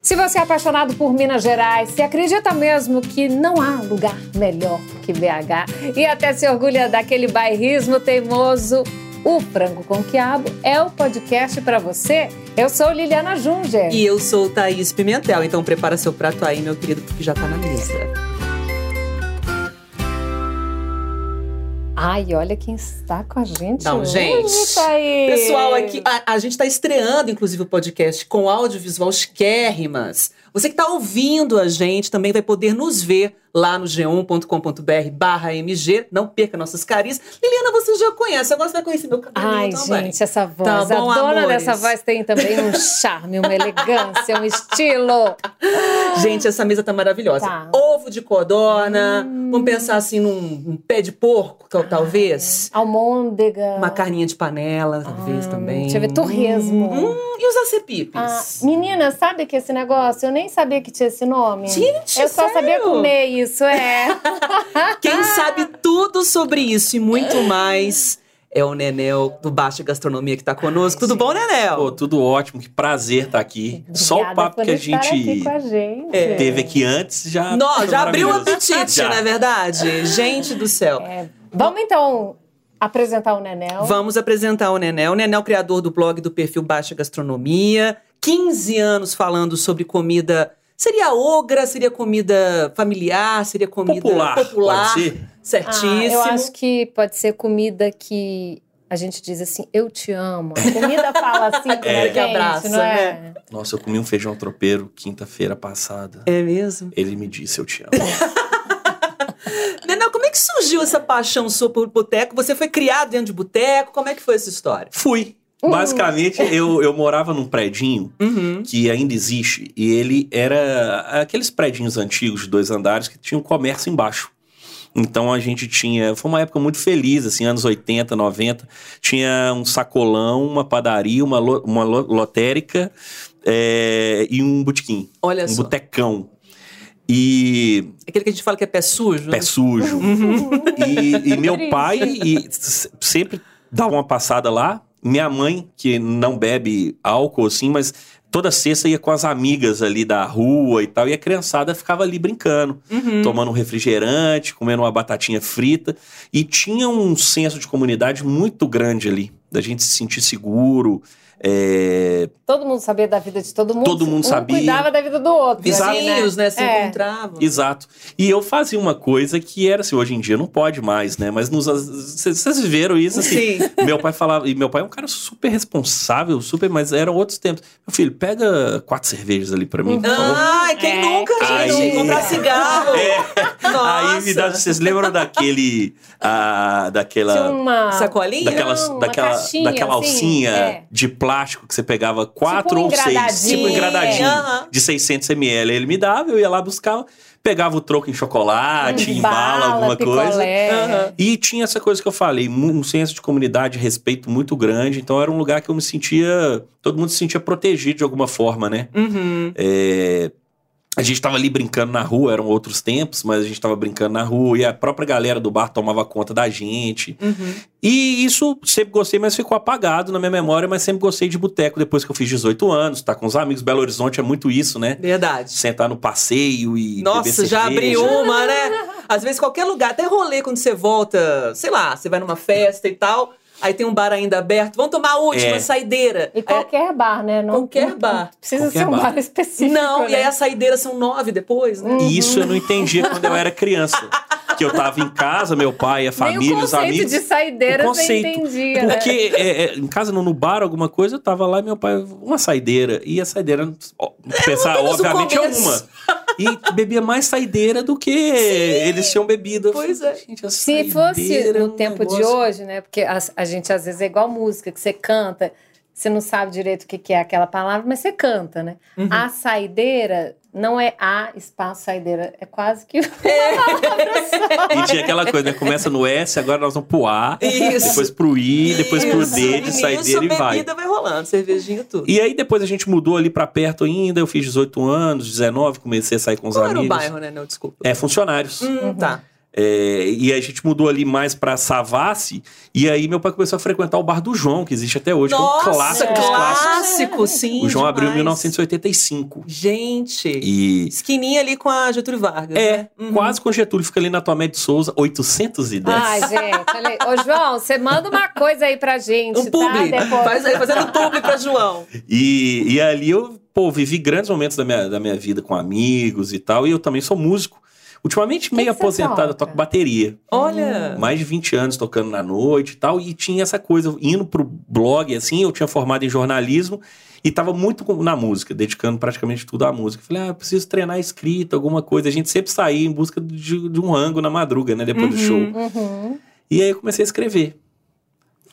Se você é apaixonado por Minas Gerais, se acredita mesmo que não há lugar melhor que BH e até se orgulha daquele bairrismo teimoso, o Frango com Quiabo é o podcast para você. Eu sou Liliana Junger. E eu sou Thaís Pimentel, então prepara seu prato aí, meu querido, porque já tá na mesa. É. Ai, olha quem está com a gente Não, hoje, gente. Thaís. Pessoal, aqui a, a gente está estreando, inclusive, o podcast com audiovisual esquérrimas. Você que está ouvindo a gente também vai poder nos ver lá no g1.com.br barra MG. Não perca nossas caris. Liliana, você já conhece, agora você vai conhecer meu cabelinho Ai, também. gente, essa voz. Tá bom, a dona amores? dessa voz tem também um charme, uma elegância, um estilo. Gente, essa mesa tá maravilhosa. Tá. Hum. Ovo de codorna, vamos pensar assim num um pé de porco, tal- talvez. Almôndega. Uma carninha de panela, talvez também. Ah, Deixa eu ver, torresmo. Hum, e os Ah, acepipes? menina, sabe que esse negócio? Eu nem sabia que tinha esse nome. Gente, eu só sério? sabia comer Ah! isso, é. Quem sabe tudo sobre isso e muito mais é o Nenel do Baixa Gastronomia que tá conosco. Ai, tudo bom, Pô, Nenel? tudo ótimo, que prazer estar aqui. Só o Obrigada papo por que a estar aqui gente com a gente. É, teve aqui antes já. Nó, foi já abriu o maravilhoso. apetite, tá Já. não é verdade? Gente do céu. É, Vamos então apresentar o Nenel. Vamos apresentar o Nenel. O Nenel, criador do blog do perfil Baixa Gastronomia. 15 anos falando sobre comida. Seria ogra? Seria comida familiar? Seria comida Popular, popular, pode ser? Ah, certíssimo. eu acho que pode ser comida que a gente diz assim, eu te amo. A comida fala assim com É. a gente, Que né? abraça, não é? Nossa, eu comi um feijão tropeiro quinta-feira passada. É mesmo? Ele me disse, eu te amo. Nenel, como é que surgiu essa paixão sua por boteco? Você foi criado dentro de boteco? Como é que foi essa história? Fui. Basicamente, eu, eu morava num predinho Uhum. que ainda existe e ele era aqueles predinhos antigos de dois andares que tinham comércio embaixo. Então a gente tinha, foi uma época muito feliz, assim, anos 80, 90, tinha um sacolão, uma padaria, uma, lo- uma lo- lotérica é, e um botequim, Olha um só. botecão. E Aquele que a gente fala que é pé sujo. pé né? sujo. E, e meu Triste. pai e s- sempre dava uma passada lá. Minha mãe, que não bebe álcool assim, mas toda sexta ia com as amigas ali da rua e tal. E a criançada ficava ali brincando, Uhum. tomando um refrigerante, comendo uma batatinha frita. E tinha um senso de comunidade muito grande ali, da gente se sentir seguro. é, Todo mundo sabia da vida de todo mundo. Todo mundo um sabia. cuidava da vida do outro. ali, Vizinhos, né? Se É. encontravam. Exato. E eu fazia uma coisa que era assim, hoje em dia não pode mais, né? Mas nos vocês viveram isso assim. Sim. Meu pai falava, e meu pai é um cara super responsável, super, mas eram outros tempos. Meu filho, pega quatro cervejas ali pra mim, por favor. Ai, quem É, nunca, quem gente? nunca. Comprar Ah, cigarro. Nossa. É. Aí me dá, vocês lembram daquele, ah, Tinha daquela, uma... Sacolinha? daquelas, uma daquela, caixinha, daquela assim, alcinha é. de plástico que você pegava quatro Tipo um ou seis, engradadinho, tipo um engradadinho, é, aham. de 600 ml. Ele me dava, eu ia lá buscava, pegava o troco em chocolate, em bala, alguma picolé. coisa. Aham. E tinha essa coisa que eu falei, mu- um senso de comunidade, respeito muito grande. Então era um lugar que eu me sentia. Todo mundo se sentia protegido de alguma forma, né? Uhum. É, a gente tava ali brincando na rua, eram outros tempos, mas a gente tava brincando na rua e a própria galera do bar tomava conta da gente. Uhum. E isso sempre gostei, mas ficou apagado na minha memória, mas sempre gostei de boteco depois que eu fiz 18 anos, tá com os amigos. Belo Horizonte é muito isso, né? Verdade. Sentar no passeio e. Nossa, beber já abri cerveja. uma, né? Às vezes, qualquer lugar, até rolê, quando você volta, sei lá, você vai numa festa e tal, aí tem um bar ainda aberto, vamos tomar a última É. saideira. E qualquer bar, né? Não, Qualquer não bar. Precisa Qualquer ser um bar, bar. Aí- específico. não, né? e aí a saideira são nove depois, né? E isso eu não entendia quando eu era criança. Que eu tava em casa, meu pai, a Nem o família, os conceito amigos. de saideira O você conceito. entendia, né? Porque é, é, em casa, não, no bar, alguma coisa, eu tava lá e meu pai, uma saideira. E a saideira, ó, pensar, apenas um obviamente, é começo. uma. E bebia mais saideira do que eles tinham bebido. Eu Pois falei, é. gente, a Se fosse saideira é no um tempo de negócio- hoje, né? Porque as- a, gente às vezes é igual música, que você canta, você não sabe direito o que, que é aquela palavra, mas você canta, né? Uhum. A saideira não é a espaço saideira, é quase que uma É. palavra só. E tinha aquela coisa, né? Começa no S, agora nós vamos pro A, Isso. depois pro I, depois pro Isso. D, de nisso saideira e a vai. bebida vai rolando, cervejinha tudo. E aí depois a gente mudou ali pra perto ainda, eu fiz 18 anos, 19, comecei a sair com os Qual era o amigos. bairro, né? Não, desculpa. Uhum. É, funcionários. Hum, tá. É, e a gente mudou ali mais pra Savassi. E aí meu pai começou a frequentar o Bar do João, que existe até hoje, que é um Nossa, clássico dos clássicos. clássico, sim. O João abriu em demais. 1985. Gente, E esquininha ali com a Getúlio Vargas. é, Uhum. quase com Getúlio, fica ali na Tomé de Souza, 810. Ai, gente, olha aí. Ô, João, você manda uma coisa aí pra gente, Um publi. tá? Depois. Faz aí, fazendo publi pra João. E, e ali eu, pô, vivi grandes momentos da minha, da minha vida com amigos e tal. E eu também sou músico. Ultimamente meio que você aposentado, eu toca? toco bateria. Olha. Mais de 20 anos tocando na noite e tal. E tinha essa coisa, indo pro blog, assim, eu tinha formado em jornalismo e tava muito com- na música, dedicando praticamente tudo à música. Eu Falei, ah, eu preciso treinar escrita, alguma coisa. A gente sempre saía em busca de, de um rango na madruga, né? Depois do Uhum. show. Uhum. E aí eu comecei a escrever.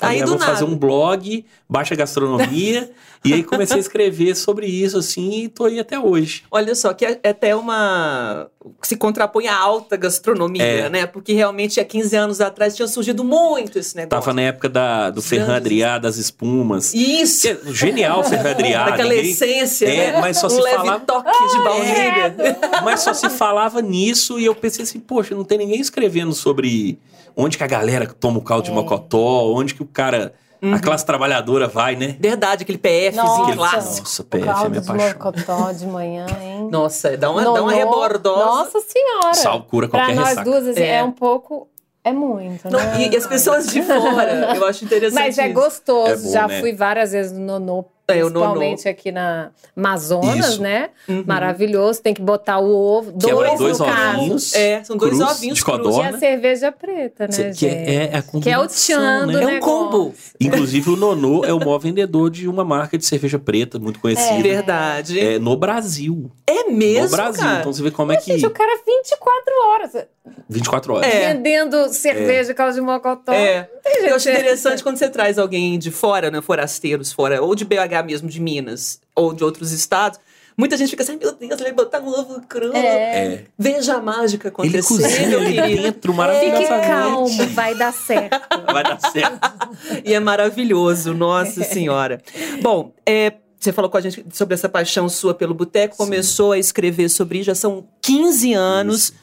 Aí eu do vou fazer Tá nada. um blog, baixa gastronomia, e aí comecei a escrever sobre isso, assim, e tô aí até hoje. Olha só, que é é até uma. se contrapõe à alta gastronomia, É. né? Porque realmente há 15 anos atrás tinha surgido muito esse negócio. Tava na época da, do Os Ferran grandes- Adriá, das espumas. Isso! É, Genial o Ferran Adriá. Daquela ninguém- essência, É, né? mas só um se Ah, é. leve falava- toque de baunilha. Mas só se falava nisso e eu pensei assim, poxa, não tem ninguém escrevendo sobre onde que a galera toma o É. caldo de mocotó, onde que o cara, a Uhum. classe trabalhadora vai, né? Verdade, aquele PFzinho Nossa. clássico. Nossa, O PF é caldo minha de paixão. mocotó de manhã, hein? Nossa, dá é- uma, dá uma Nonô. rebordosa. Nossa senhora. Sal cura pra qualquer nós ressaca. duas, assim, é. É. um pouco... É muito, Não, né? e, e as pessoas de fora, eu acho interessante. Mas é isso. gostoso. É bom, Já né? fui várias vezes no Nonô, É, o Nonô. principalmente aqui na Amazonas, Isso. né? Uhum. Maravilhoso. Tem que botar o ovo. Que Dois, é no dois caso. ovinhos. É, são dois cruz, ovinhos de cruz. E codorna. a cerveja preta, né, Cê- que gente? é, é a Que é o combinação, tchan do né? É um negócio. combo. Inclusive, o Nonô é o maior vendedor de uma marca de cerveja preta, muito É. conhecida. Verdade. É, no Brasil. É mesmo, no Brasil. cara. Então você vê como é que. Gente, o cara 24 horas 24 horas. É. vendendo cerveja, caldo de mocotó. É. Tem gente- Eu acho interessante quando você traz alguém de fora, né? Forasteiros fora, ou de BH mesmo, de Minas, ou de outros estados. Muita gente fica assim, "Ai, meu Deus, ele vai botar um ovo cru. É. É. Veja a mágica Ele acontecer, cozinha meu ali querido. dentro, Fique maravilhosamente. calmo, vai dar certo. Vai dar certo. E é maravilhoso, nossa senhora. Bom, é, você falou com a gente sobre essa paixão sua pelo boteco, Sim. começou a escrever sobre isso, já são 15 anos. Isso.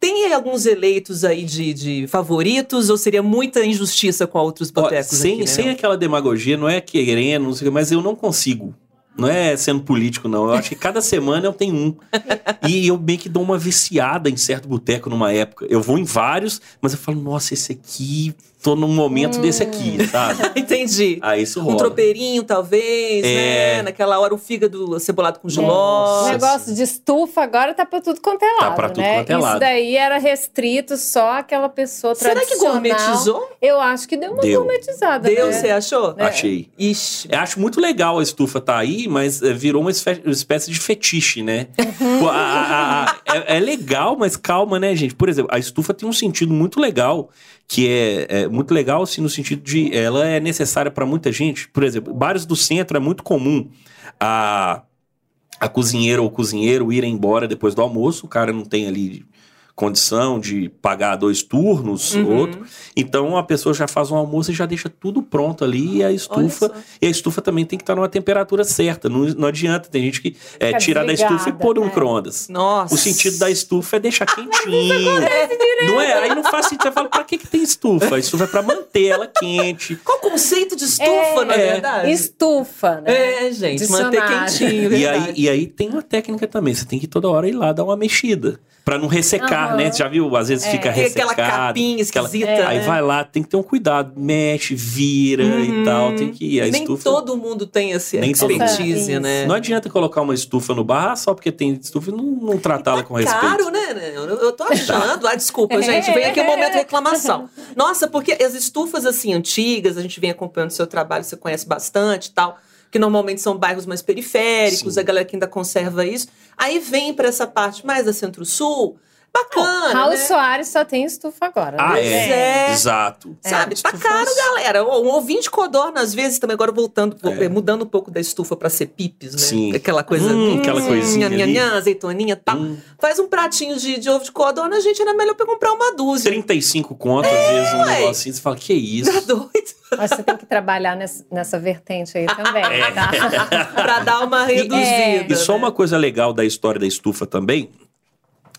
Tem aí alguns eleitos aí de, de favoritos, ou seria muita injustiça com outros Ó, botecos sem, aqui, né? sem aquela demagogia, não é querendo, não sei, o quê, mas eu não consigo. Não é sendo político, não. Eu acho que cada semana eu tenho um. E eu meio que dou uma viciada em certo boteco numa época. Eu vou em vários, mas eu falo, nossa, esse aqui, tô num momento desse aqui, sabe? Entendi. Aí isso Hum. Um rola. tropeirinho, talvez, É. né? Naquela hora, um fígado cebolado com O giló. Nossa. negócio de estufa agora tá pra tudo quanto é lado, Tá pra tudo né? quanto é Isso lado. daí era restrito só àquela pessoa Será que tradicional. gourmetizou? Eu acho que deu uma Deu. gourmetizada, Deu, né? você achou? É. Achei. Ixi. Eu acho muito legal a estufa tá aí, mas eh, virou uma esfe- espécie de fetiche, né? Uhum. Pô, a- a- a- é, é legal, mas calma, né, gente? Por exemplo, a estufa tem um sentido muito legal, que é, é muito legal, assim, no sentido de ela é necessária para muita gente. Por exemplo, bares do centro é muito comum a, a cozinheira ou o cozinheiro ir embora depois do almoço, o cara não tem ali condição de pagar dois turnos, Uhum. outro. Então a pessoa já faz um almoço e já deixa tudo pronto ali e a Olha estufa. só. E a estufa também tem que estar numa temperatura certa. Não, não adianta. Tem gente que é, Fica tirar da desligada, estufa e pôr no é. micro-ondas. né? Nossa. Ah, O sentido da estufa é deixar quentinho. não é? Aí não faz sentido. Você fala, pra que, que tem estufa? A estufa é pra manter ela quente. Qual o conceito de estufa, É. na verdade? Estufa, né? É, gente, manter Dicionário. quentinho, E verdade. aí, e aí tem uma técnica também. Você tem que toda hora ir lá dar uma mexida. Pra não ressecar, Aham. né? Você já viu? Às vezes É. fica Tem aquela ressecado. capinha esquisita, Aí né? vai lá, tem que ter um cuidado. Mexe, vira Uhum. e tal. Tem que ir. A Nem estufa... todo mundo tem essa Nem todo mundo. expertise, É, Isso. né? Não adianta colocar uma estufa no bar só porque tem estufa e não, não tratá-la com respeito. Caro, né? né? Eu, eu tô achando. Ah, desculpa, gente. Vem aqui um momento de reclamação. Nossa, porque as estufas, assim, antigas, a gente vem acompanhando o seu trabalho, você conhece bastante e tal, que normalmente são bairros mais periféricos, Sim. a galera que ainda conserva isso. Aí vem pra essa parte mais da Centro-Sul, bacana, Raul né? Soares só tem estufa agora. né? Ah, Pois é. tipo, é. Exato. Sabe, tá Estufas- caro, galera. Um ouvinte codorna, às vezes, também agora voltando, É. eh, mudando um pouco da estufa pra ser pipes, né? Sim. Aquela coisa. Hum, aquela coisinha Nhan, nhan, ali. nhan, azeitoninha e tal. Hum, Faz um pratinho de, de ovo de codorna, a gente era melhor pra comprar uma dúzia. 35 contas, às vezes, um ué. negocinho. Assim, você fala, que isso? Tá doido? Mas você tem que trabalhar nessa, nessa vertente aí também, É. tá? pra dar uma reduzida. É. E só né? uma coisa legal da história da estufa também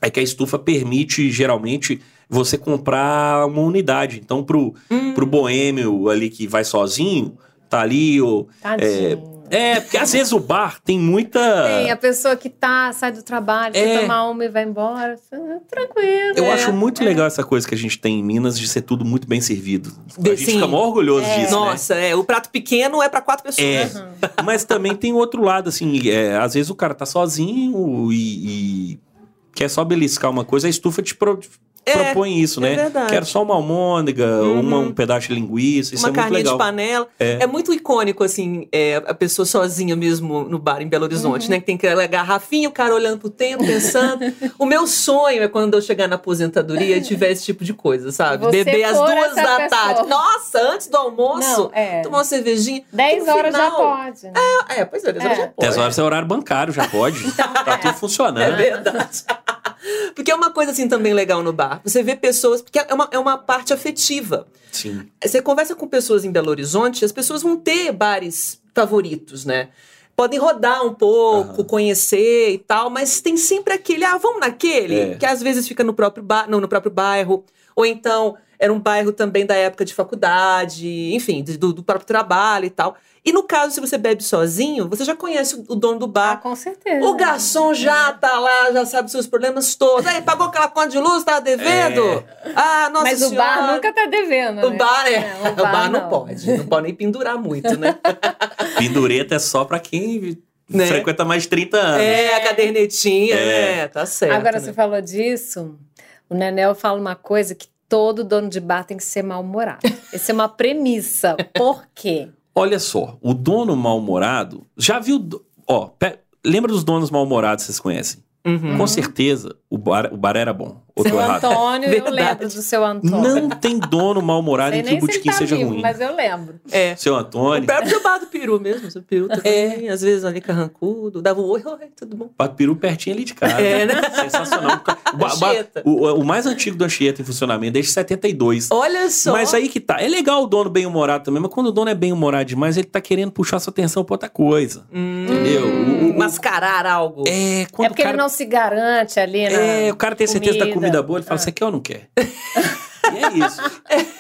é que a estufa permite, geralmente, você comprar uma unidade. Então, pro, pro boêmio ali que vai sozinho, tá ali, ou. Tadinho. É, porque às vezes o bar tem muita. Tem é a pessoa que tá, sai do trabalho, É. você toma uma e vai embora. Ah, Tranquilo. Eu é. acho muito legal essa coisa que a gente tem em Minas de ser tudo muito bem servido. De- a gente sim. fica mó orgulhoso disso, né? Nossa, é. O prato pequeno é pra quatro pessoas. É. né? Mas também tem o outro lado, assim, é, às vezes o cara tá sozinho e, e quer só beliscar uma coisa, a estufa te pro- É, propõe isso, é né? verdade. Quero só uma almôndega, Uhum. uma, um pedaço de linguiça, isso uma é muito carninha de legal. panela. É. muito icônico, assim, é, a pessoa sozinha mesmo no bar em Belo Horizonte, Uhum. né? Que tem aquela garrafinha, o cara olhando pro tempo, pensando. o meu sonho é quando eu chegar na aposentadoria e tiver esse tipo de coisa, sabe? Você Beber às for duas essa da pessoa. tarde. Nossa, antes do almoço, Não, é. tomar uma cervejinha. 10 No horas já final- pode. né? Ah, É, pois é, 10 horas É. já pode. 10 horas é horário bancário, já pode. tá tudo É funcionando. verdade. Porque é uma coisa assim também legal no bar. Você vê pessoas, porque é uma, é uma parte afetiva. Sim. Você conversa com pessoas em Belo Horizonte, as pessoas vão ter bares favoritos, né? Podem rodar um pouco, Aham. conhecer e tal, mas tem sempre aquele, ah, vamos naquele, É. que às vezes fica no próprio ba não, no próprio bairro, ou então era um bairro também da época de faculdade, enfim, de- do, do próprio trabalho e tal. E no caso, se você bebe sozinho, você já conhece o- o dono do bar, Ah, com certeza. o garçom já tá lá, já sabe seus problemas todos. Aí, pagou aquela conta de luz, tava devendo? É. Ah, nossa Mas o senhora. bar nunca tá devendo. O né? bar, é. É, o bar, não. pode. Não pode nem pendurar muito, né? Pendureta é só pra quem Né? frequenta mais de 30 anos. é, a cadernetinha, É. né? Tá certo. Agora né? você falou disso, o Nenel fala uma coisa que todo dono de bar tem que ser mal-humorado. Essa é uma premissa. Por quê? Olha só, o dono mal-humorado. Já viu. do- Ó, pe- lembra dos donos mal-humorados que vocês conhecem? Uhum. Então, Com certeza o bar, o bar era bom. Ou tô Seu errado. Antônio, eu Verdade. lembro do seu Antônio. Não tem dono mal-humorado Sei em que nem se o ele botequim tá seja vivo, ruim. mas eu lembro. É. Seu O Antônio, próprio bar do peru mesmo, o peru também, às vezes ali carrancudo, dava um oi, oi, tudo bom? Pato Peru pertinho ali de casa. É, né? Sensacional. O, ba- ba- Anchieta. o- o mais antigo do Anchieta em funcionamento, desde 72. Olha só! Mas aí que tá. É legal o dono bem-humorado também, mas quando o dono é bem-humorado demais, ele tá querendo puxar sua atenção pra outra coisa. Hum, Entendeu? O- o- o- mascarar algo. É, É quando porque o cara... ele não se garante ali, né? É, o cara tem certeza da comida. comida boa, ele fala, você quer ou não quer? e é isso.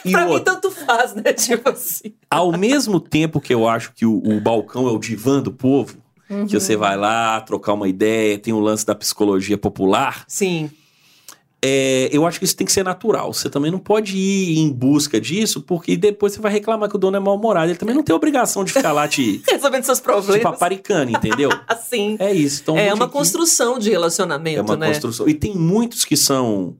E pra mim outra, tanto faz, né? Tipo assim. ao mesmo tempo que eu acho que o, o balcão é o divã do povo, Uhum. que você vai lá trocar uma ideia, tem o lance da psicologia popular, Sim. é, eu acho que isso tem que ser natural. Você também não pode ir em busca disso, porque depois você vai reclamar que o dono é mal-humorado. Ele também não tem obrigação de ficar lá te, Resolvendo seus te problemas. paparicando, entendeu? Assim. Tipo, É isso. Então, É botequim uma construção de relacionamento, É uma né? construção. E tem muitos que são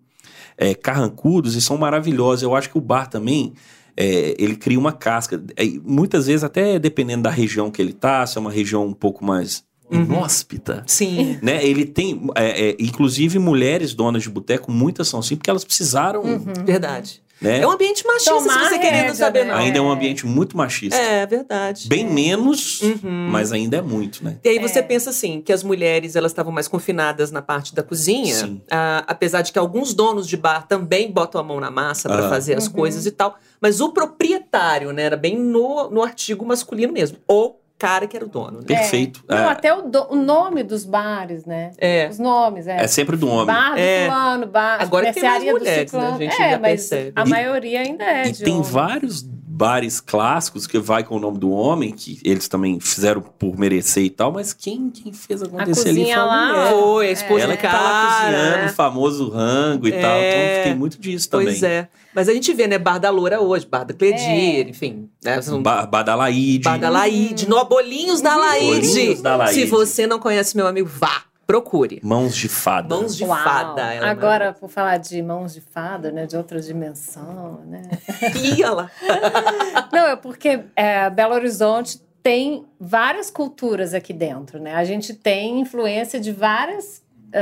é, carrancudos e são maravilhosos. Eu acho que o bar também. é, ele cria uma casca. É, e muitas vezes, até dependendo da região que ele tá, se é uma região um pouco mais Uhum. inóspita, Sim. né? Ele tem. é, é, inclusive, mulheres donas de boteco, muitas são assim, porque elas precisaram. Uhum. Verdade. Né? É um ambiente machista, Tomar se você querendo remédio, saber, né? não. Ainda é um ambiente muito machista. É, verdade. Bem menos, Uhum. mas ainda é muito, né? E aí você É. pensa assim, que as mulheres elas estavam mais confinadas na parte da cozinha, Sim. ah, apesar de que alguns donos de bar também botam a mão na massa pra Ah. fazer as Uhum. coisas e tal, mas o proprietário, né, era bem no, no artigo masculino mesmo, o cara que era o dono, né? Perfeito. Não, É, até o, do- o nome dos bares, né? É. Os nomes, é. é sempre do homem. Bar do É. fulano, bar, Agora tem mais mercearia do mulheres, né? A ciclano. gente é, já mas percebe. a E- maioria ainda é e de tem homem. vários bares clássicos que vai com o nome do homem, que eles também fizeram por merecer e tal, mas quem, quem fez acontecer ali foi cozinha a lá, ó. mulher. Ah, Foi, a esposa Ela do que tá lá cara, cozinhando né? o famoso rango e É. tal. Então tem muito disso também. Pois é. Mas a gente vê, né? Bar da Loura hoje, Bar da É. Cledir, enfim. Né, são Ba- Badalaíde. bar da Laide, Uhum. no Bolinhos da Laide. Bolinhos da Laide. Se você não conhece meu amigo, vá, procure. Mãos de fada. Mãos de Uau. fada. Ela é Agora, por falar de mãos de fada, né? De outra dimensão, né? maravilhosa. Ih, olha lá. Não, é porque é, Belo Horizonte tem várias culturas aqui dentro, né? A gente tem influência de várias,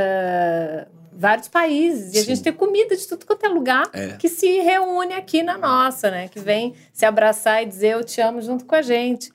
ah, vários países. E a Sim. gente tem comida de tudo quanto é lugar É. que se reúne aqui na nossa, né? Que vem se abraçar e dizer eu te amo junto com a gente.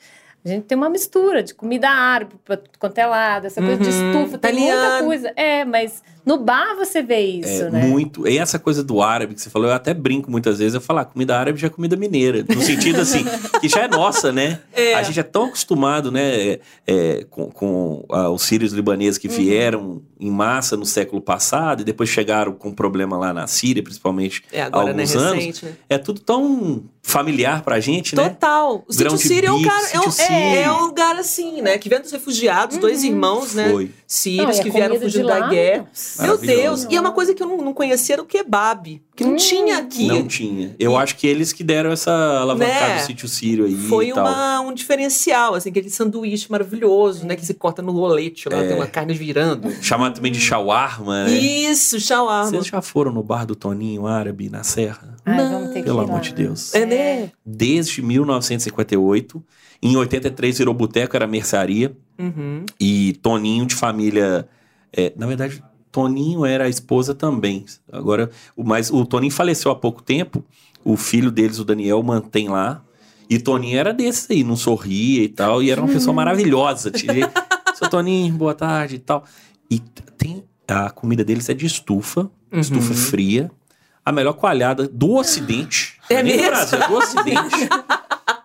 A gente tem uma mistura de comida árabe, pra tudo quanto é lado, essa coisa de Uhum, estufa, tem muita italiano. coisa. É, mas No bar você vê isso, É, né? Muito. E essa coisa do árabe que você falou, eu até brinco muitas vezes, eu falo, ah, comida árabe já é comida mineira. No sentido assim, que já é nossa, né? É. A gente é tão acostumado, né, é, com, com, ah, os sírios libaneses Uhum. que vieram em massa no século passado e depois chegaram com problema lá na Síria, principalmente. É, agora, né? alguns anos, Recente, né? É tudo tão familiar pra gente, né? Total. O Grão sítio de sírio é um, bico, cara, é, um, sítio é, sírio. é um lugar assim, né? Que vieram dos refugiados, dois irmãos, né? Foi. Uhum. Não, Sírios e a que vieram comida de fugindo lá, da guerra. nossa. Meu Maravilhoso. Deus! E é uma coisa que eu não, não conhecia era o kebab, que não Hum. tinha aqui. Não tinha. Eu E- acho que eles que deram essa alavancada Né? do sítio sírio aí Foi e tal. uma, um diferencial, assim, aquele sanduíche maravilhoso, né? Que se corta no rolete lá, É. tem uma carne virando. Chamado também de shawarma, né? Isso, shawarma. Vocês já foram no bar do Toninho Árabe na Serra? Ai, Não, vamos ter que Pelo ir lá. amor de Deus. É, né? Desde 1958. Em 83 virou boteco, era mercearia. Uhum. E Toninho de família. é, na verdade, Toninho era a esposa também. Agora, o- mas o Toninho faleceu há pouco tempo. O filho deles, o Daniel, mantém lá. E Toninho era desses aí, não sorria e tal. E era uma pessoa maravilhosa. Tinha- Seu Toninho, boa tarde e tal. E t- tem. A comida deles é de estufa estufa Uhum. fria, a melhor coalhada do Ocidente. É Não nem do mesmo? Brasil, é do Ocidente.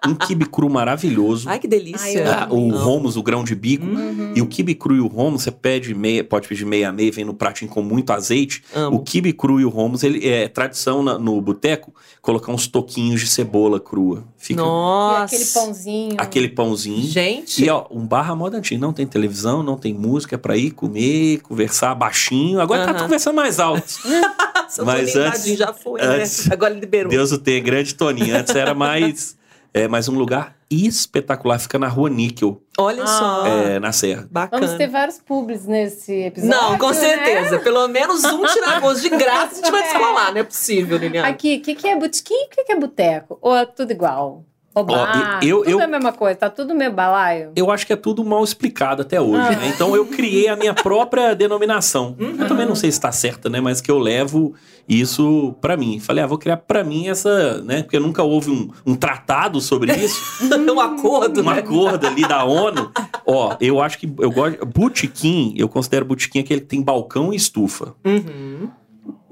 um quibe cru maravilhoso. Ai, que delícia. Ai, eu Ah, o É, Não. romos, o grão de bico. Uhum. E o quibe cru e o romos, você pede meia, pode pedir meia a meia, vem no pratinho com muito azeite. Ah, O Amo. quibe cru e o romos, ele é tradição na- no boteco colocar uns toquinhos de cebola crua. Fica E Nossa. aquele pãozinho. aquele pãozinho. Gente. E ó, um barra moda antiga. Não tem televisão, não tem música, é pra ir comer, conversar baixinho. Agora tá Aham. conversando mais alto. Seu Mas Toninho, antes- tadinho, já foi, antes- né? Agora ele liberou. Deus o tenha, grande Toninho. Antes era mais, é, mais um lugar espetacular. Fica na rua Níquel, Olha Ah. só. é, na Serra. Bacana. Vamos ter vários pubs nesse episódio. Não, com né? certeza. Pelo menos um tiragosto de graça a gente vai descolar. Não é possível, Liliana. Aqui, o que, que é botequim e o que, que é boteco? Ou é tudo igual? Ou bar? eu- tudo eu- é a mesma coisa, tá tudo meio balaio? Eu acho que é tudo mal explicado até hoje. Ah. Uhum. né? Então eu criei a minha própria denominação. Eu também não sei se está certa, né? Mas que eu levo isso pra mim. Falei, ah, vou criar pra mim essa, né? Porque nunca houve um, um tratado sobre isso, um acordo, um né? acordo ali da ONU. Ó, eu acho que eu gosto. Botequim, eu considero botequim aquele que tem balcão e estufa. Uhum.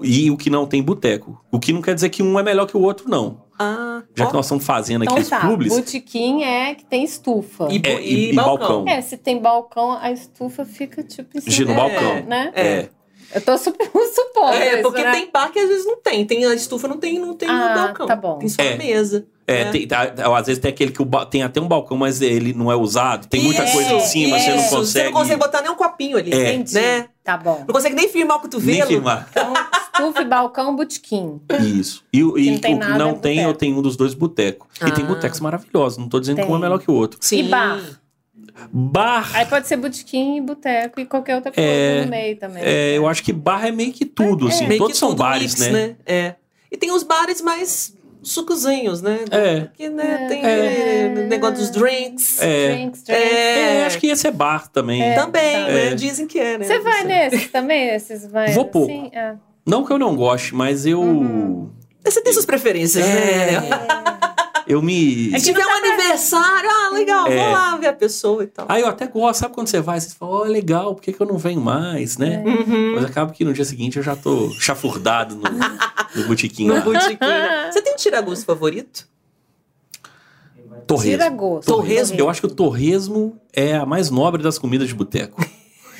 E o que não tem boteco. O que não quer dizer que um é melhor que o outro, não. Ah, Já ó. que nós estamos fazendo aqui então os tá, pubs, botequim é que tem estufa. E, É, e e- e balcão. balcão. É, se tem balcão, a estufa fica tipo em de cima. no É, balcão. Né? É. Eu tô super supondo É, isso, porque né? tem par que às vezes não tem. Tem a estufa, não tem, não tem Ah, o balcão. tá bom. Tem só É. a mesa. É, né? tem- tá- tá, às vezes tem aquele que o ba- tem até um balcão, mas ele não é usado. Tem muita Isso, coisa em cima, você não isso. Você consegue. não consegue botar nem um copinho ali. É. Entendi. Né? Tá bom. Não consegue nem firmar o nem cotovelo. firmar. Então, estufa, e balcão, botequim. Isso. E, o- Que e não tem o que nada é não tem, eu boteco. tenho um dos dois botecos. E tem Ah. botecos maravilhosos, não tô dizendo que Tem. um é melhor que o outro. E bar? Bar, Aí pode ser botequim, boteco e qualquer outra coisa É, no meio também. é, eu acho que bar é meio que tudo, assim. Meio que Todos são tudo bares, mix, né? É. E tem os bares mais sucozinhos, né? É. Que, né, tem É. é, negócio dos drinks. É. Drinks, drinks. É, eu acho que esse é bar também. Também, tá. né? É. Dizem que é, né? Você Não vai sei. nesses também? Esses vai Vou pouco. assim? Ah. Não que eu não goste, mas eu. Uhum. Você tem suas preferências, É. né? Eu me. É Se tiver um aniversário, ah, legal, vou É. lá ver a pessoa e tal. Aí eu até gosto, sabe quando você vai, você fala, ó, legal, por que, que eu não venho mais, né? Uhum. Mas acaba que no dia seguinte eu já tô chafurdado no, no botiquinho No lá. botequim, né? Você tem um tiragosto favorito? Tira Torresmo. gosto. Torresmo, Eu acho que o torresmo é a mais nobre das comidas de boteco.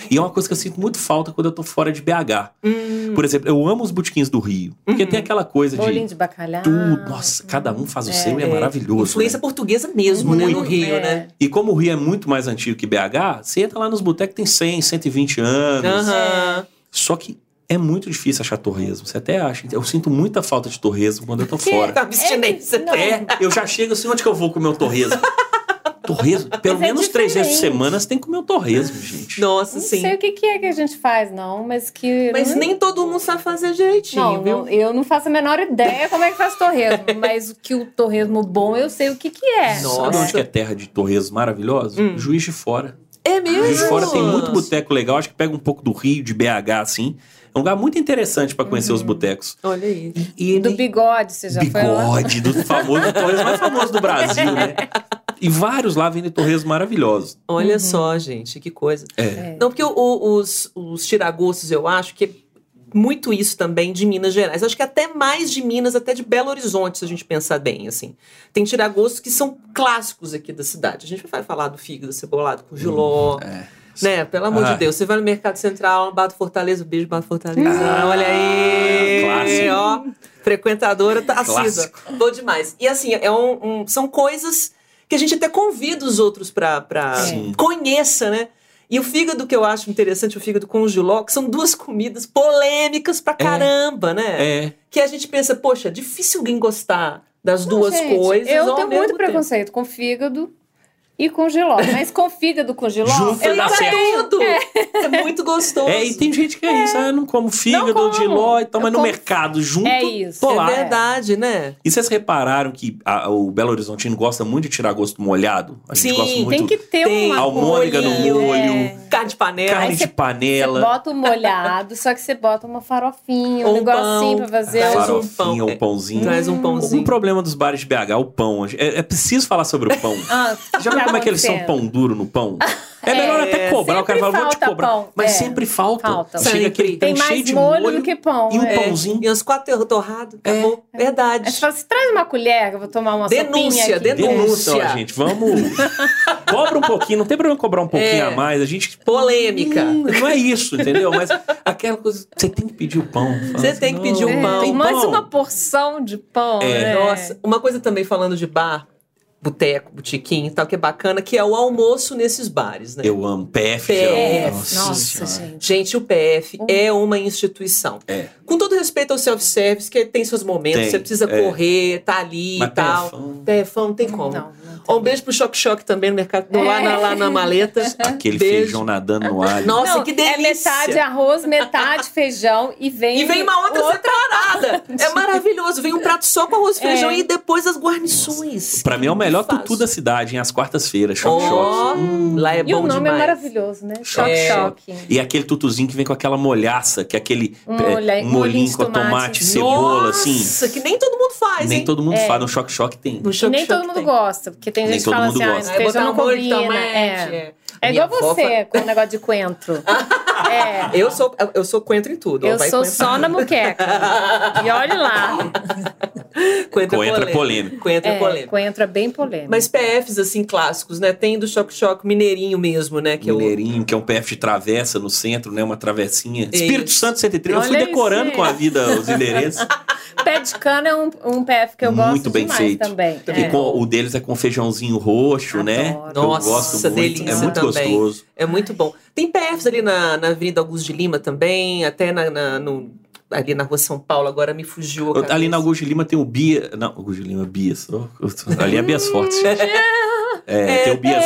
E é uma coisa que eu sinto muito falta quando eu tô fora de BH. Hum. Por exemplo, eu amo os botiquins do Rio. Porque tem aquela coisa Bolinho de de bacalhau. tudo. Nossa, cada um faz o seu e é maravilhoso. Influência né? portuguesa mesmo, né? No Muito, Rio, é. né? E como o Rio é muito mais antigo que BH, você entra lá nos botecos tem 100, 120 anos. Aham. Só que é muito difícil achar torresmo. Você até acha. Eu sinto muita falta de torresmo quando eu tô fora. Tá abstinência. É, não. É, eu já chego assim, onde que eu vou comer o torresmo? torresmo? Pelo Mas é menos três vezes por diferente. semana você tem que comer o torresmo, gente. Nossa, Não Assim, sim. sei o que, que é que a gente faz, não, mas que. Mas não- nem todo mundo sabe fazer direitinho, Não, viu? não, eu não faço a menor ideia como é que faz torresmo, mas o que o torresmo bom eu sei o que que é. Nossa. Sabe né? onde que é terra de torresmo maravilhoso? Hum. Juiz de Fora. É mesmo? Juiz de Fora tem muito boteco legal. Acho que pega um pouco do Rio, de BH, assim. É um lugar muito interessante pra conhecer os botecos. Olha aí. E, e Uhum. Do ele- bigode, você já foi lá? bigode, do famoso torresmo mais famoso do Brasil, né? E vários lá vendem torresmos maravilhosos. Olha Uhum. só, gente, que coisa. É. Não, porque o- o- os, os tiragostos, eu acho que é muito isso também de Minas Gerais. Acho que até mais de Minas, até de Belo Horizonte, se a gente pensar bem, assim. Tem tiragostos que são clássicos aqui da cidade. A gente vai falar do fígado cebolado com giló, é. né? Pelo amor Ah. de Deus. Você vai no Mercado Central, Bato Fortaleza, beijo Bato Fortaleza. Ah, Olha aí! clássico. Ó, frequentadora tá assídua. Clássico. Bom demais. E assim, é um- um- são coisas que a gente até convida os outros pra, pra Sim. conheça, né? E o fígado que eu acho interessante, o fígado com o jiló, que são duas comidas polêmicas pra caramba, né? É. Que a gente pensa, poxa, difícil alguém gostar das duas Gente, coisas Eu ao tenho mesmo muito tempo. preconceito com fígado e com giló. Mas com fígado com giló, Junto eu dá não certo. tenho. tá Tudo. É muito gostoso. É, e tem gente que é, isso. Ah, eu não como fígado, como. de ló e tal, Eu mas no como- mercado junto. É isso. tô É lá. verdade, né? E vocês repararam que a- o Belo Horizontino gosta muito de tirar gosto molhado? A gente Sim, gosta muito Tem que ter Tem uma almôndega no coisa, molho, é. Carne de panela. carne Aí de você- Você panela, bota o molhado, só que você bota uma farofinha, um Ou um negocinho pão. pra fazer. Claro. um- um farofinha, pão. um pãozinho. Traz um Um pãozinho. problema dos bares de BH, o pão. É, é preciso falar sobre o pão. Ah, Já viu tá como é que eles são acontecendo. pão duro no pão? É, É, melhor até cobrar. O cara sempre fala, vou te falta cobrar. pão, Mas é. sempre falta. Falta. Chega Sempre. aquele Tem trem cheio mais de molho, molho, do que pão. e um é. pãozinho. E uns quatro torrados, acabou. Aí você Verdade. fala assim, traz uma colher que eu vou tomar uma sopinha Denúncia, aqui. denúncia. Denúncia, ó, gente. Vamos. Cobra um pouquinho. Não tem problema cobrar um pouquinho É. a mais. A gente. Polêmica. Hum, não é isso, entendeu? Mas aquela coisa. Você tem que pedir o pão. Fala Você assim, tem que pedir "Não, o É, pão. tem mais pão." uma porção de pão, É. né? Nossa, uma coisa também falando de bar, boteco, botiquim e tal, que é bacana, que é o almoço nesses bares, né? Eu amo. PF, PF. geral. É. Nossa, Senhora. gente. Gente, o PF Hum. é uma instituição. É. Com todo respeito ao self-service, que tem seus momentos, Tem, você precisa é. correr, tá ali e Mas é tal. PF, PF não tem como. Não, É. não Ó, Um beijo pro Choque Choque também no mercado, lá, na, lá na maleta. Aquele Beijo. feijão nadando no alho. Nossa, Não, que delícia. É metade arroz, metade feijão e vem. E vem uma outra, separada. É maravilhoso. Vem um prato só com arroz e feijão É. e depois as guarnições. Pra mim é o melhor Fácil. tutu da cidade, hein? As quartas-feiras, Ó, choque, choque. lá é E bom o nome demais. é maravilhoso, né? Choque, É. choque. E aquele tutuzinho que vem com aquela molhaça, que é aquele Um é, molha- um molhinho de molinho com tomate. tomate, cebola, assim. Nossa, que nem todo mundo faz, Nem hein? É. todo mundo faz, no choque-choque tem. No Choque Nem Choque todo mundo tem. gosta, porque tem Nem gente que todo fala mundo assim, ah, gosta. esse Aí botar feijão não um molho de combina. tomate. É, é. é Minha igual avó fa- você com o negócio de coentro. É. Eu sou, eu sou coentro em tudo. ó, Eu vai sou coentro. só na muqueca. E olhe lá. Coentro é Coentro é polêmico. polêmico. Coentro é É, polêmico. coentro é bem polêmico. Mas PFs, assim, clássicos, né? Tem do Choque Choque Mineirinho mesmo, né? Que eu- Mineirinho, que é um PF de travessa no centro, né? Uma travessinha. Espírito É Isso. Santo 103. Eu Olha fui decorando isso, com a vida os endereços. Pé de cana é um, um PF que eu gosto Muito bem demais feito. também. E com- o deles é com feijãozinho roxo, né? Adoro. Que eu gosto Nossa, muito. delícia é muito também. gostoso. É muito bom. Tem PFs ali na, na Avenida Augusto de Lima também, até na, na- no- ali na Rua São Paulo, agora me fugiu. a Eu- cabeça. ali na Augusto de Lima tem o Bia. Não, Augusto de Lima é Bias. Eu- eu- Ali é Bias Forte. É, tem o Bias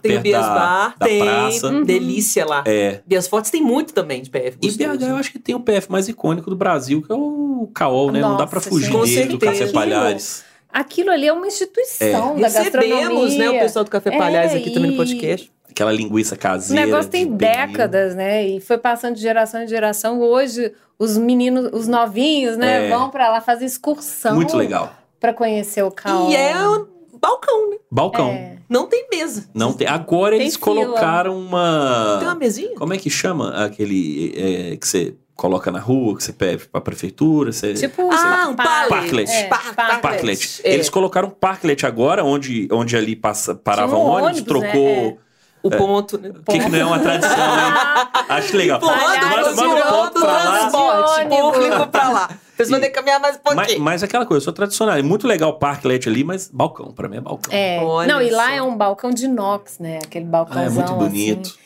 Tem perto o Bias da, Bar, da tem. praça. Uhum. Delícia lá. É. Bias Fortes tem muito também de PF. E gostoso. BH eu acho que tem o PF mais icônico do Brasil, que é o Caol, né? Não dá pra Nossa, fugir gente. Com dele, do certeza. Café Palhares. Aquilo ali é uma instituição da Recebemos, né, gastronomia. o pessoal do Café É, Palhares aqui também no e- podcast. Aquela linguiça O caseira. negócio tem de pernil. décadas, né? E foi passando de geração em geração. Hoje, os meninos, os novinhos, né, É. vão pra lá fazer excursão. Muito legal. Pra conhecer o Cal. E é um balcão, né? Balcão. É. Não tem mesa. Não tem. Agora Tem eles fila. colocaram Tem uma uma. mesinha? Como é que chama aquele é, que você coloca na rua, que você pede pra prefeitura? Você... Tipo, Ah, um Parklet. parklet. É, Par- parklet. Parklet. É. Eles colocaram parklet agora, onde, onde ali passa, parava Tinha um um ônibus, ônibus, né? trocou. O ponto, né? O que, que não é uma tradição, hein? Acho legal. Palhaço, Manda- manda um girando, ponto pra lá. transporte De ônibus. público pra lá. Vocês vão E- ter que caminhar mais um Mas, pouquinho. mas aquela coisa, eu sou tradicional. É muito legal o parklet ali, mas balcão, pra mim é balcão. É. Olha Não, e lá só. é um balcão de inox, né? Aquele Ah, balcãozão. é muito bonito. assim.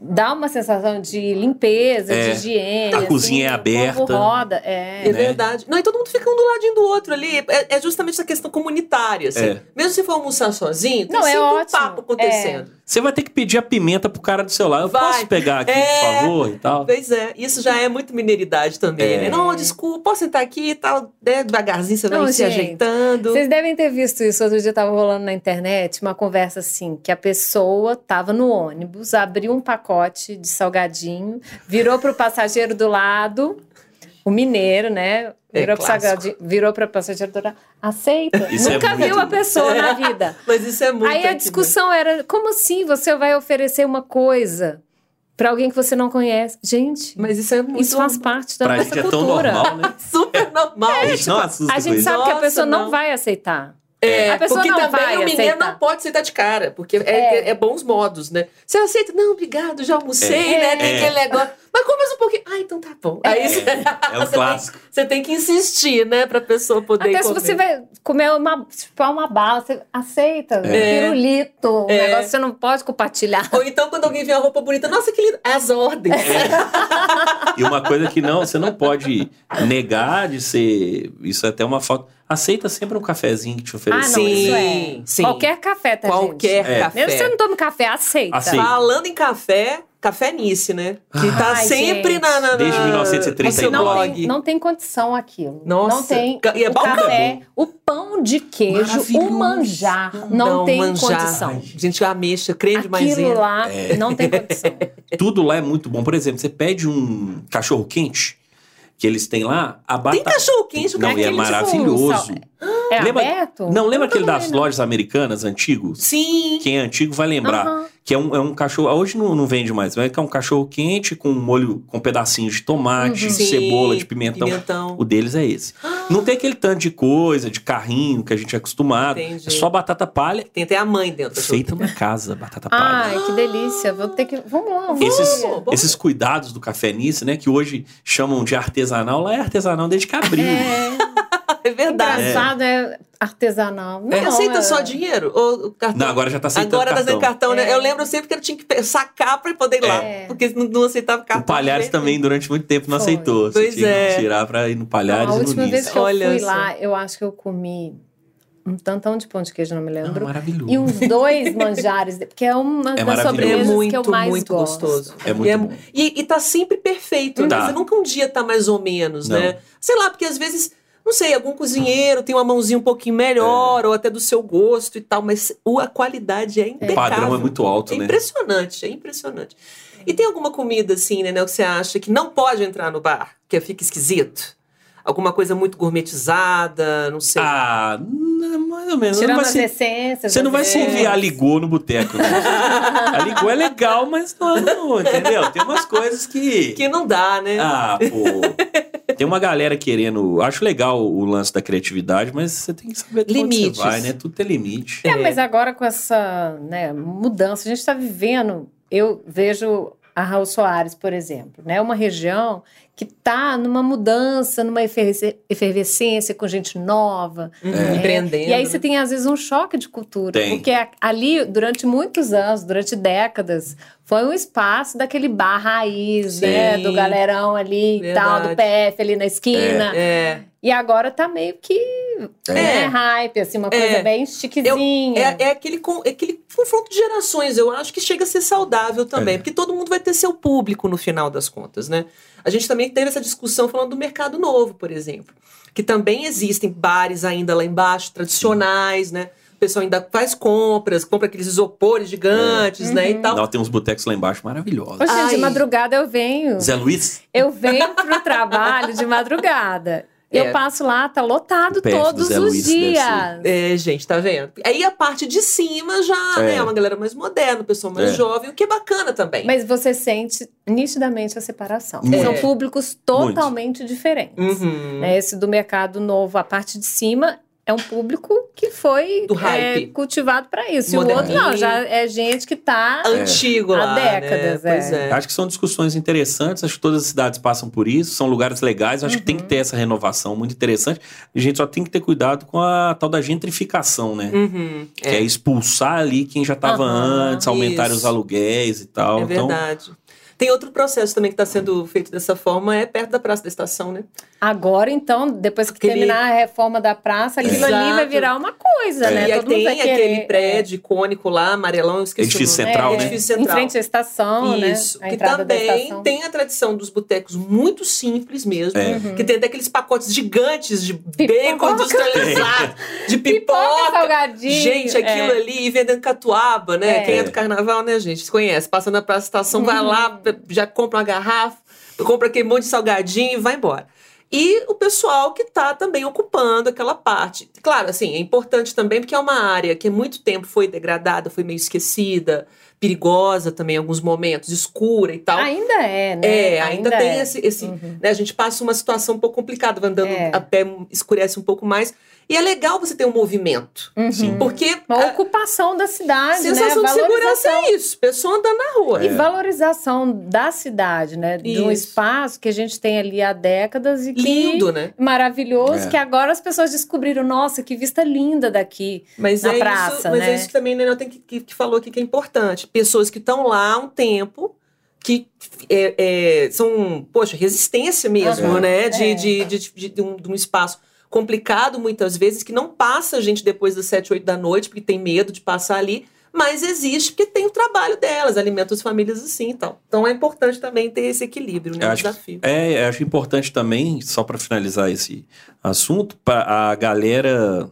Dá uma sensação de limpeza, É. de higiene. A cozinha é assim, o aberta. povo roda. É É. né? verdade. Não, e todo mundo fica um do ladinho do outro ali. É, é justamente essa questão comunitária, assim. É. Mesmo se for almoçar sozinho, tem Não, é sempre um ótimo. É. papo acontecendo. Você vai ter que pedir a pimenta pro cara do seu lado. Eu Vai. posso pegar aqui, É. por favor, e tal. Pois é, isso já é muito mineiridade também, É. né? Não, desculpa, posso sentar aqui e tal, né? Devagarzinho você vai Não, se gente. ajeitando. Vocês devem ter visto isso. Outro dia tava rolando na internet uma conversa assim: que a pessoa tava no ônibus, abriu um pacote de salgadinho, virou pro passageiro do lado. o mineiro, né? É Virou pra clássico. sagadi- virou para passageiro dourado. Aceita. Isso é Nunca muito- viu a pessoa na vida. Mas isso é muito. Aí a aqui, discussão era: como assim você vai oferecer uma coisa pra alguém que você não conhece? Gente, né? Mas isso é muito. isso faz parte da pra nossa gente é tão cultura. normal, né? super normal. a É. gente não assusta A com gente isso. sabe que a Nossa, pessoa não não. vai aceitar. É, A pessoa porque não também vai o mineiro aceitar. não pode aceitar de cara, porque é, é bons modos, né? Você aceita? Não, obrigado, já almocei, É. né? Tem É. aquele negócio. Mas como mais um pouquinho? Ah, então tá bom. Aí você, É você né? o tem- clássico. você tem que insistir, né? Pra pessoa poder Até se comer. você vai comer uma, tipo, uma bala, você aceita. Pirulito. Um É. negócio que você não pode compartilhar. Ou então quando alguém vê uma roupa bonita, nossa, que lindo. As ordens. É. E uma coisa que não, você não pode negar de ser. Isso é até uma foto. Aceita sempre um cafezinho que te Ah, não, oferecem. isso é. Sim, sim. Qualquer café, tá, Qualquer gente? É. café. Mesmo que você não tome café, aceita. Aceita. Falando em café, café Nice, né? Que tá Ai, sempre gente. na, na, na. Desde no seu 1939. Não blog. tem, não tem condição aquilo. Nossa, não tem ca- e é o bom café, o pão de queijo, o Maravilhoso. manjar. Não, tem manjar. condição. Gente, ameixa, creme de Aquilo maisena. lá não tem condição. Tudo lá é muito bom. Por exemplo, você pede um cachorro quente que eles têm lá, a Tem batata. cachorro quente, né? o Não, cara um e é aquele tipo maravilhoso. sal- É Lembra- aberto? Não, lembra aquele das lembro. lojas americanas antigos? Sim. Quem é antigo vai lembrar. Aham. Que é um, é um cachorro. Hoje não, não vende mais, mas é um cachorro quente com molho, com pedacinhos de tomate, de Uhum. Sim, cebola, de pimentão. Pimentão. O deles é esse. Não tem aquele tanto de coisa, de carrinho que a gente é acostumado. Entendi. É só batata palha Tem até a mãe dentro. do feita na casa, batata palha. Ai, que delícia. Vou ter que. Vamos lá, vamos. Esses, bom, bom. esses cuidados do café nisso, né? Que hoje chamam de artesanal, lá é artesanal desde cabril. É, jogo. É verdade. engraçado, é, artesanal. Não, Não, aceita é- só dinheiro? Ou cartão? Não, agora já tá aceitando Agora tá cartão. sem cartão, né? É. Eu lembro sempre que eu tinha que pe- sacar pra poder ir lá. É. Porque não, não aceitava cartão. O Palhares né? também, durante muito tempo, não Foi. aceitou. Você Pois tinha é. que tirar pra ir no Palhares A e no última vez Nisso. que eu Olha fui só. lá, eu acho que eu comi um tantão de pão de queijo, não me lembro. Não, maravilhoso. E um uns dois manjares, porque é uma das Ah, maravilhoso. É sobremesas que eu muito, mais muito gosto. gostoso. É muito E bom. E, e tá sempre perfeito, né? Tá. Você nunca um dia tá mais ou menos, Não. né? Sei lá, porque às vezes, não sei, algum cozinheiro tem uma mãozinha um pouquinho melhor, É. ou até do seu gosto e tal, mas o- a qualidade é impecável. O padrão é muito alto, É né? impressionante, é impressionante. E tem alguma comida, assim, né, Nel, que você acha que não pode entrar no bar, que fica esquisito? Alguma coisa muito gourmetizada, não sei. Ah, não, mais ou menos. Não Tirando vai as ser- essências. Você não vai as servir a ligô no boteco, né? a ligô é legal, mas não, é não, entendeu? Tem umas coisas que... que não dá, né? Ah, pô... Tem uma galera querendo... Acho legal o lance da criatividade, mas você tem que saber até onde Limites. você vai, né? Tudo tem limite. É, mas agora com essa né, mudança, a gente está vivendo. Eu vejo a Raul Soares, por exemplo, né, uma região que está numa mudança, numa efervesce- efervescência com gente nova. Uhum, É. Empreendendo. E aí você né? tem, às vezes, um choque de cultura. Tem. Porque a- ali, durante muitos anos, durante décadas, foi um espaço daquele bar raiz, né? Sim. Do galerão ali e tal, do Verdade. PF ali na esquina. É. E agora tá meio que né, hype, assim, uma coisa É. bem chiquezinha. É, é aquele, con- é aquele confronto de gerações, eu acho que chega a ser saudável também, É. porque todo mundo vai ter seu público no final das contas, né? A gente também teve essa discussão falando do mercado novo, por exemplo, que também existem bares ainda lá embaixo, tradicionais, né? O pessoal ainda faz compras, compra aqueles isopores gigantes, né? E tal. Nós temos botecos lá embaixo maravilhosos. Hoje de Ai. madrugada eu venho. Zé Luiz, Eu venho pro trabalho de madrugada. É. Eu passo lá, tá lotado O PF do todos Zé os Luiz deve dias. É, gente, tá vendo? Aí a parte de cima já, É. né? É uma galera mais moderna, o pessoal mais É. jovem, o que é bacana também. Mas você sente nitidamente a separação. Muito. São públicos totalmente diferentes. Uhum. Né, Esse do mercado novo, a parte de cima é um público que foi Do é, hype. cultivado para isso. E o Moderninho. outro não, já é gente que tá Antigo Há lá, né? décadas, é. Pois é. acho que são discussões interessantes. Acho que todas as cidades passam por isso. São lugares legais. Acho que tem que ter essa renovação muito interessante. A gente só tem que ter cuidado com a tal da gentrificação, né? Uhum, Que é expulsar ali quem já estava Aham, antes, aumentar isso. os aluguéis e tal. É então, verdade. Tem outro processo também que está sendo feito dessa forma, é perto da Praça da Estação, né? Agora, então, depois que Aquele- terminar a reforma da praça, aquilo ali Exato. vai virar uma coisa, É. né? E aí Todo mundo tem vai aquele querer, prédio icônico lá, amarelão, eu esqueci Edifício é, o nome. central, é, né? Edifício central. Em frente à estação, Isso, né? A que entrada da também estação. tem a tradição dos botecos muito simples mesmo, É. que tem até aqueles pacotes gigantes de bacon industrializado, de Pipoca, pipoca. salgadinho. Gente, aquilo é ali, e vendendo catuaba, né? É. Quem é do carnaval, né, gente? Se conhece. Passa na Uhum. praça da estação, vai lá, já compra uma garrafa, compra aquele monte de salgadinho e vai embora. e o pessoal que está também ocupando aquela parte. Claro, assim, é importante também porque é uma área que há muito tempo foi degradada, foi meio esquecida, perigosa também em alguns momentos, escura e tal. Ainda é, né? É, ainda, tem é. esse. esse Uhum. né, a gente passa uma situação um pouco complicada, vai andando É. a pé, escurece um pouco mais. E é legal você ter um movimento. Uhum. Sim. Porque Uma a ocupação da cidade, sensação né? de segurança é isso. Pessoa andando na rua. É. E valorização da cidade, né? De um Isso. espaço que a gente tem ali há décadas e que Lindo, né? maravilhoso, É. que agora as pessoas descobriram, nossa, que vista linda daqui. Mas na é isso, praça, mas né? é isso que também né, tem que, que, que falou aqui que é importante. Pessoas que estão lá há um tempo, que é, é, são, poxa, resistência mesmo, Aham. né? De, É. de, de, de- de um, de um espaço complicado muitas vezes, que não passa a gente depois das sete, oito da noite, porque tem medo de passar ali. Mas existe porque tem o trabalho delas, alimenta as famílias assim e tal. Então é importante também ter esse equilíbrio, né? Eu o acho que- desafio. É, eu acho importante também, só para finalizar esse assunto, para a galera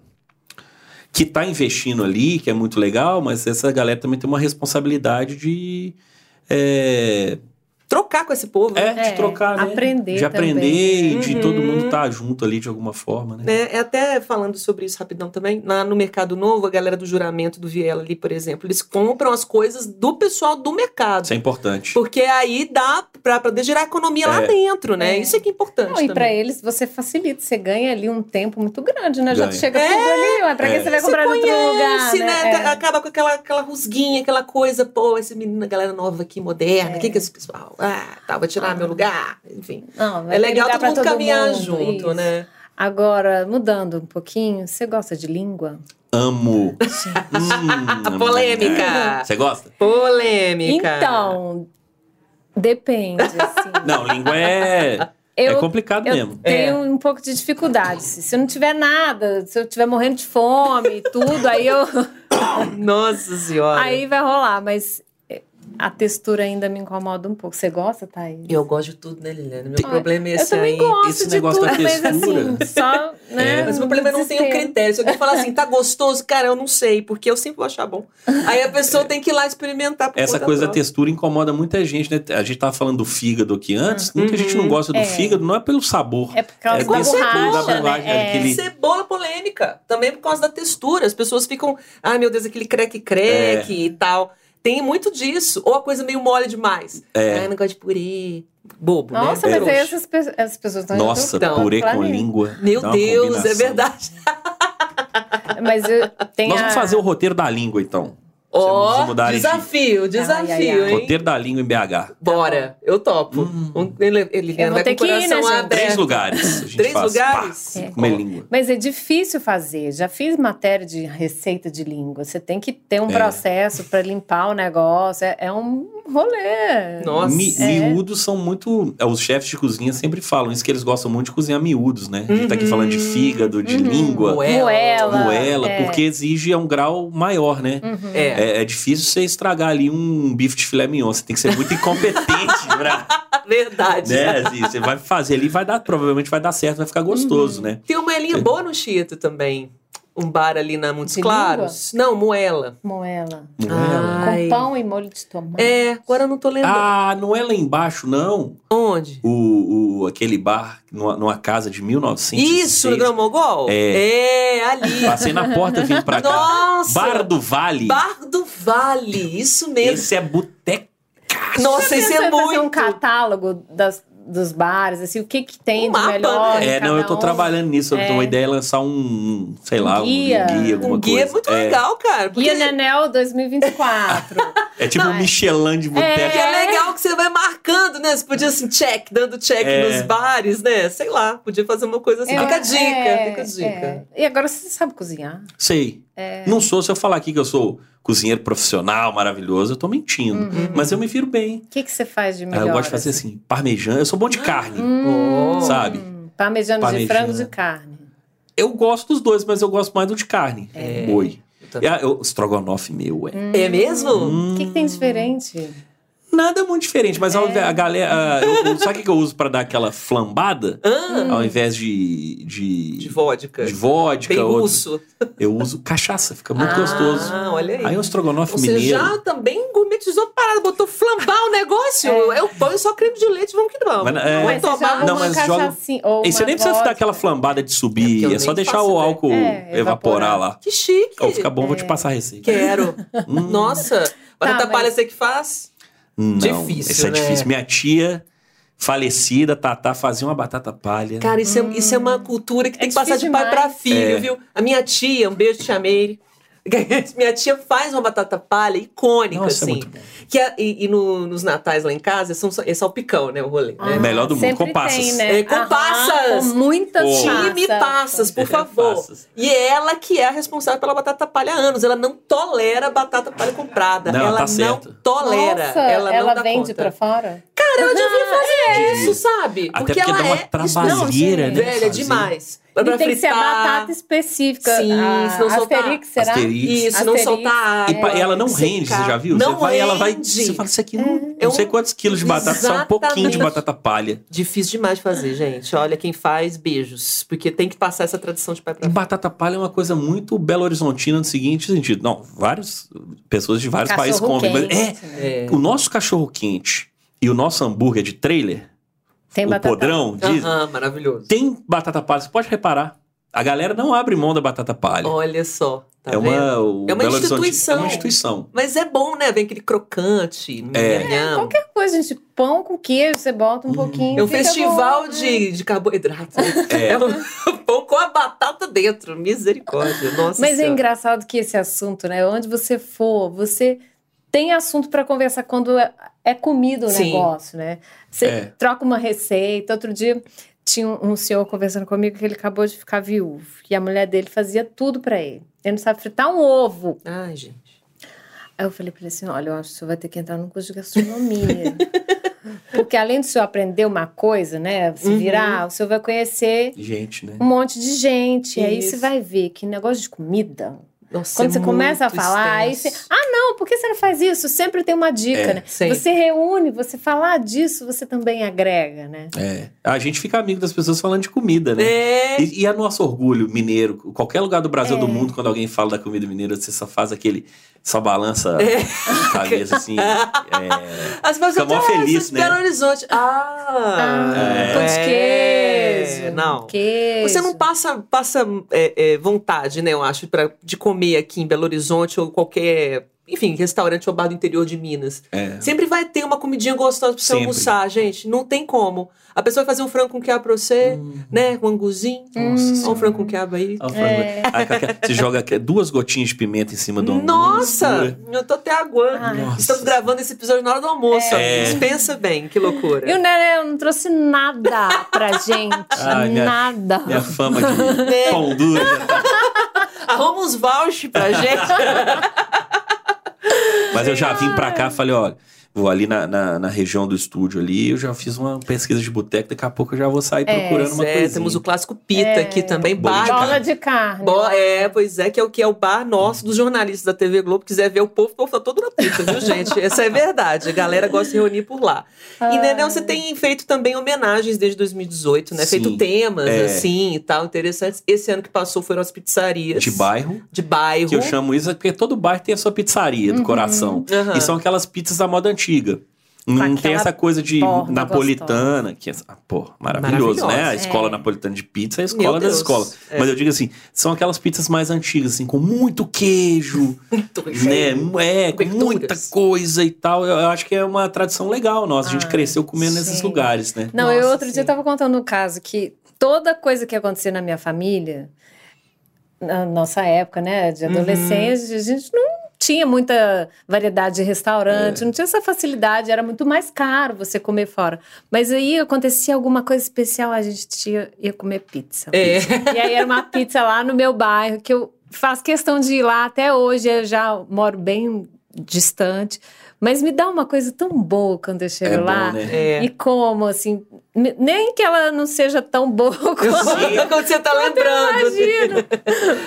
que está investindo ali, que é muito legal, mas essa galera também tem uma responsabilidade de. é, Trocar com esse povo, é, né? de É, trocar, né? aprender De aprender também, e né? de Uhum. todo mundo estar junto ali de alguma forma, né? né? É até falando sobre isso rapidão também, na, no Mercado Novo, a galera do juramento do Viela ali, por exemplo, eles compram as coisas do pessoal do mercado. Isso é importante. Porque aí dá pra poder gerar economia lá É. dentro, né? É. Isso é que é importante. Não, e pra também. eles você facilita, você ganha ali um tempo muito grande, né? Já Ganha. chega É, tudo ali, ué, pra que é. você vai Se comprar em outro lugar, conhece, né? É. Acaba com aquela, aquela rusguinha, aquela coisa, pô, esse menino, a galera nova aqui, moderna, o que, que é esse pessoal? Ah, tá, vai tirar Ah. meu lugar. Enfim. Não, vai é ter legal lugar todo pra mundo caminhar mundo, junto, isso. né? Agora, mudando um pouquinho, você gosta de língua? Amo. A Hum, polêmica. é. Você gosta? Polêmica. Então, depende, assim. Não, língua é, é complicado mesmo. Tenho É. um pouco de dificuldade. Se, se eu não tiver nada, se eu tiver morrendo de fome e tudo, aí eu Nossa senhora. aí vai rolar, mas é, a textura ainda me incomoda um pouco. Você gosta, Thaís? Eu gosto de tudo, né, Liliana? Meu Ah, problema é Eu esse também aí. gosto esse de negócio tudo, da mas assim, textura. só, né? É. Mas o meu problema é não ter um desespero. critério. Se alguém falar assim, tá gostoso, cara, eu não sei, porque eu sempre vou achar bom. Aí a pessoa tem que ir lá experimentar. por Essa conta coisa da própria. textura incomoda muita gente, né? A gente tava falando do fígado aqui antes. Muita Uhum. gente não gosta do É. fígado, não é pelo sabor. É por causa É da desse- da borracha, borracha, é né? aquele- textura. Cebola polêmica. Também por causa da textura. As pessoas ficam, ai meu Deus, aquele creque-creque É. e tal. Tem muito disso. Ou a coisa meio mole demais. É. Ai, não gosto de purê. Bobo, né? Nossa, mas Frouxo. aí essas, pe- essas pessoas é estão Nossa, Então, purê com mim. língua. Meu dá uma Deus, é combinação. verdade. Mas eu tenho Nós a... vamos fazer o roteiro da língua, então. Vamos Ó, mudar de- desafio, desafio, ai, ai. hein? Roteiro da língua em BH. Bora, eu topo. Hum. Um, ele, ele Tá Eu vou vai ter com o que ir, né, coração gente? aberto. Três lugares. A gente Três faz. lugares? Pá, É. Comer língua. Mas é difícil fazer. Já fiz matéria de receita de língua. Você tem que ter um É. processo pra limpar o negócio. É, é um rolê. Nossa. Mi- É. Miúdos são muito. é, Os chefes de cozinha sempre falam isso, que eles gostam muito de cozinhar miúdos, né? A gente tá aqui Uhum. falando de fígado, de Uhum. língua, Moela. Moela. moela, É. porque exige um grau maior, né? Uhum. É. É, é difícil você estragar ali um bife de filé mignon. Você tem que ser muito incompetente pra. Verdade. Né? assim, Você vai fazer ali, vai dar, provavelmente vai dar certo, vai ficar gostoso, né? Tem uma linha Sim. boa no Chieto também. Um bar ali na Montes De Claros. Não, Moela. Moela. Moela. Ai. Com pão e molho de tomate. É, agora eu não tô lembrando. Ah, não é lá embaixo, não. Onde? O, o- aquele bar numa, numa casa de 1906. Isso, no Gramogol? É, ali. Passei na porta, vim pra cá. Nossa! Bar do Vale. Bar do Vale, isso mesmo. Esse é boteco. Nossa, Você esse é pensa em fazer um muito. catálogo das- dos bares, assim, o que que tem Um de mapa, melhor em É, não, cada eu tô um. trabalhando nisso. Eu É. tô uma ideia é lançar um, sei lá, um Guia. guia, alguma Um guia é coisa. muito legal, cara. Porque Guia Nenel 2024. É tipo um Michelin de boteco. porque é legal que você vai marcando, né? Você podia, assim, check, dando check É. nos bares, né? Sei lá, podia fazer uma coisa assim. É, fica a dica, é, fica a dica. é. E agora você sabe cozinhar? Sei. É. Não sou, se eu falar aqui que eu sou cozinheiro profissional, maravilhoso, eu tô mentindo. Uhum. Mas eu me viro bem. O que que você faz de Ah, melhor? eu gosto de fazer assim, parmejana. Eu sou Ah. bom de carne. Hum, sabe? Parmejano de Parmejana. frango de carne. Eu gosto dos dois, mas eu gosto mais do de carne. É. Boi. Eu também. E, ah, eu- estrogonofe meu, é. É mesmo? Hum. O que, que tem diferente? Nada muito diferente, mas É. ao- a galera. a- eu- eu- sabe o que que eu uso pra dar aquela flambada? Ah, Ao invés de. de, de vodka. de vodka. Bem ou- russo. eu uso cachaça, fica muito ah, gostoso. olha aí. Aí é um estrogonofe Você mineiro. já também gourmetizou parada, botou flambar o negócio. É. o pão e só creme de leite, vamos que vamos. Mas, é, Vamos tomar não, uma- mas joga- assim, E você nem precisa dar aquela flambada de É, subir, porque eu é só nem deixar faço o ideia. álcool É, evaporar, evaporar. lá. Que chique. Ou fica bom, vou te passar a receita. Quero. Hum, Nossa, batata Tá, mas- palha você que faz? não, difícil, Isso é né? difícil. Minha tia, falecida, Tatá, fazia uma batata palha. Cara, isso, é, isso é uma cultura que É tem que passar de difícil pai pra demais. filho, É. viu? A minha tia, um beijo, tia Meire. Minha tia faz uma batata palha icônica, Nossa, é assim. muito bom. que é- e e no- nos natais lá em casa, são, só- é salpicão, né? O rolê. Ah, né? Ah. Melhor do mundo, com passas. É, com passas. né? Com muitas Pô. passas. Time passas, É, por favor. Passas. E ela que é a responsável pela batata palha há anos. Ela não tolera batata palha comprada. Não, ela tá não certo. tolera. Nossa, ela ela, não dá vende conta. pra fora? Cara, ela devia fazer É isso, sabe? Até porque, dá uma é Não, trabalheira, gente, né? velha é fazer. demais. Vai E pra tem que ser a fritar. batata específica. Sim, a, se não soltar- Asterix, será? Asterix. Isso, não Asterix. soltar E água. pa- ela não secar. rende, você já viu? Não você vai, ela vai. rende. Você fala, isso aqui não. É Não sei um- quantos quilos de batata, só um pouquinho de batata palha. Difícil demais de fazer, gente. Olha, quem faz, beijos. Porque tem que passar essa tradição de pai pra E batata palha é uma coisa muito belo horizontina no seguinte sentido. Não, várias pessoas de vários países Cachorro comem. Mas é, quente, né? filho. É. o nosso cachorro quente e o nosso hambúrguer de trailer, Tem o batata. podrão, diz, Aham, maravilhoso. tem batata palha. Você pode reparar. A galera não abre mão da batata palha. Olha só, tá é, vendo? uma, o É uma Belo Horizonte- instituição. É uma instituição. Mas é bom, né? Vem aquele crocante, É. nham-nham. Qualquer coisa, gente. Pão com queijo, você Hum. bota um pouquinho. É um fica festival bom. de, de carboidrato. né? É. É um pão com a batata dentro. Misericórdia. Nossa Mas é Senhora. engraçado que esse assunto, né? Onde você for, você tem assunto pra conversar quando é, é comida o Sim. negócio, né? Você É. troca uma receita. Outro dia tinha um, um senhor conversando comigo que ele acabou de ficar viúvo e a mulher dele fazia tudo pra ele. Ele não sabe fritar um ovo. Ai, gente. Aí eu falei pra ele assim: olha, eu acho que o senhor vai ter que entrar num curso de gastronomia. Porque além do senhor aprender uma coisa, né? Se Uhum. virar, o senhor vai conhecer Gente, né? um monte de gente. Aí você Isso. vai ver que negócio de comida. Nossa, Quando é você começa a muito falar, extenso. aí você- "Ah, Não, por que você não faz isso? Sempre tem uma dica, É, né? sempre. Você reúne, você falar disso, você também agrega, né? É. A gente fica amigo das pessoas falando de comida, né? É. E, e é nosso orgulho mineiro. Qualquer lugar do Brasil É. do mundo, quando alguém fala da comida mineira, você só faz aquele. Só balança É. a cabeça assim. É. As pessoas Fica mó "Ah, feliz, vocês né?" Belo Horizonte. Ah, é. pão de É, queijo. Não. Queijo. Você não passa, passa é, é, vontade, né, eu acho, pra, de comer aqui em Belo Horizonte ou qualquer, enfim, restaurante ou bar do interior de Minas. É. Sempre vai ter uma comidinha gostosa pra você Sempre. almoçar, gente. Não tem como. A pessoa vai fazer um frango com quiabo pra você, né, com anguzinho. Uhum. Nossa Olha um Senhora. frango com quiabo aí. Olha o frango. É. Aí com aquela- Você joga aqu- duas gotinhas de pimenta em cima do hambúrguer, Nossa, mistura. eu tô até aguando. Ai. Nossa. Estamos gravando esse episódio na hora do almoço. É. Dispensa bem, que loucura. E o Nené não trouxe nada pra gente. Ai, minha- nada. Minha fama de É. pão duro. já tá- Arruma uns vouchers pra gente. Mas eu já vim pra cá falei, olha. Vou ali na, na, na região do estúdio ali, eu já fiz uma pesquisa de boteco, daqui a pouco eu já vou sair procurando uma é, coisinha. temos o clássico Pita É. aqui também, Bolinho de bar. carne. Bola de carne. Bo- é, pois é, que é o que é o bar nosso dos jornalistas da TV Globo. Quiser ver o povo, o povo tá todo na pista, viu, gente? Essa é verdade. A galera gosta de se reunir por lá. E, Nenel, você tem feito também homenagens desde 2018, né? Sim. Feito temas, É. assim, e tal, interessantes. Esse ano que passou foram as pizzarias. de bairro. De bairro. Que eu chamo isso é porque todo bairro tem a sua pizzaria Uhum. do coração. Aham. E são aquelas pizzas da moda antiga. Não aquela tem essa coisa de borda napolitana, que é ah, pô, Maravilhosa. maravilhoso, né? A É. escola napolitana de pizza é Meu a escola das Deus. escolas. É. Mas eu digo assim, são aquelas pizzas mais antigas, assim, com muito queijo, Muito né? recheio. É, com Coberturas. muita coisa e tal. Eu acho que é uma tradição legal nossa. A gente Ah, cresceu comendo nesses sim. lugares, né? Não, eu Nossa, outro dia sim. tava contando um caso que toda coisa que acontecia na minha família, na nossa época, né, de adolescência, a gente não tinha muita variedade de restaurante, não tinha essa facilidade, era muito mais caro você comer fora. Mas aí acontecia alguma coisa especial, a gente tinha, ia comer pizza. É. E aí era uma pizza lá no meu bairro, que eu faço questão de ir lá até hoje, eu já moro bem distante. Mas me dá uma coisa tão boa quando eu chego É lá. bom, né? É. E como, assim, n- nem que ela não seja tão boa Eu quanto sei quando você tá lembrando. imagino.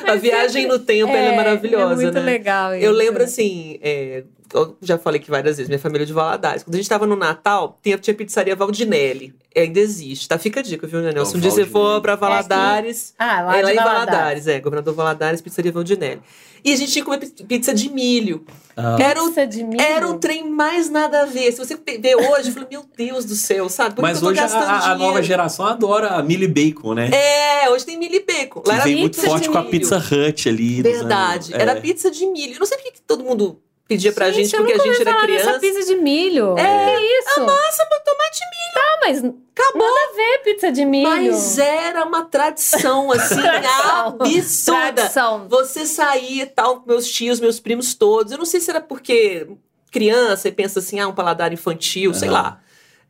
A viagem no tempo ela é maravilhosa, é muito né? legal isso, Eu lembro né? assim, é, eu já falei que várias vezes, minha família é de Valadares. Quando a gente estava no Natal, tinha, tinha pizzaria Valdinelli. Ainda existe, tá? Fica a dica, viu, né, Nelson? Ó, Um dia você for Valdinelli. pra Valadares. Ah, lá É lá de em Valadares. Valadares, é. Governador Valadares, pizzaria Valdinelli. E a gente tinha que comer pi- pizza de milho. Ah. Era, o, Pizza de milho. era um trem mais nada a ver. Se você pe- vê hoje, eu falo, meu Deus do céu, sabe? Por que Mas que eu tô hoje a, gastando a- a dinheiro? nova geração adora a Millie Bacon, né? É, hoje tem milho e bacon. Lá que era veio muito pizza de forte com a milho. Pizza Hut ali. dos Verdade. anos- Era né? é. pizza de milho. Eu não sei por que que todo mundo pedia pra gente, eu porque a nunca gente ouvi era falar dessa criança. pizza de milho. É, que isso? Nossa, mas tomate milho. Ah, mas Acabou. é pizza de milho. Mas é era uma tradição, assim, Tradição. absurda. Tradição. Você saía, tal, com meus tios, meus primos todos. Eu não sei se era porque criança e pensa assim, ah, um paladar infantil, sei Aham. lá.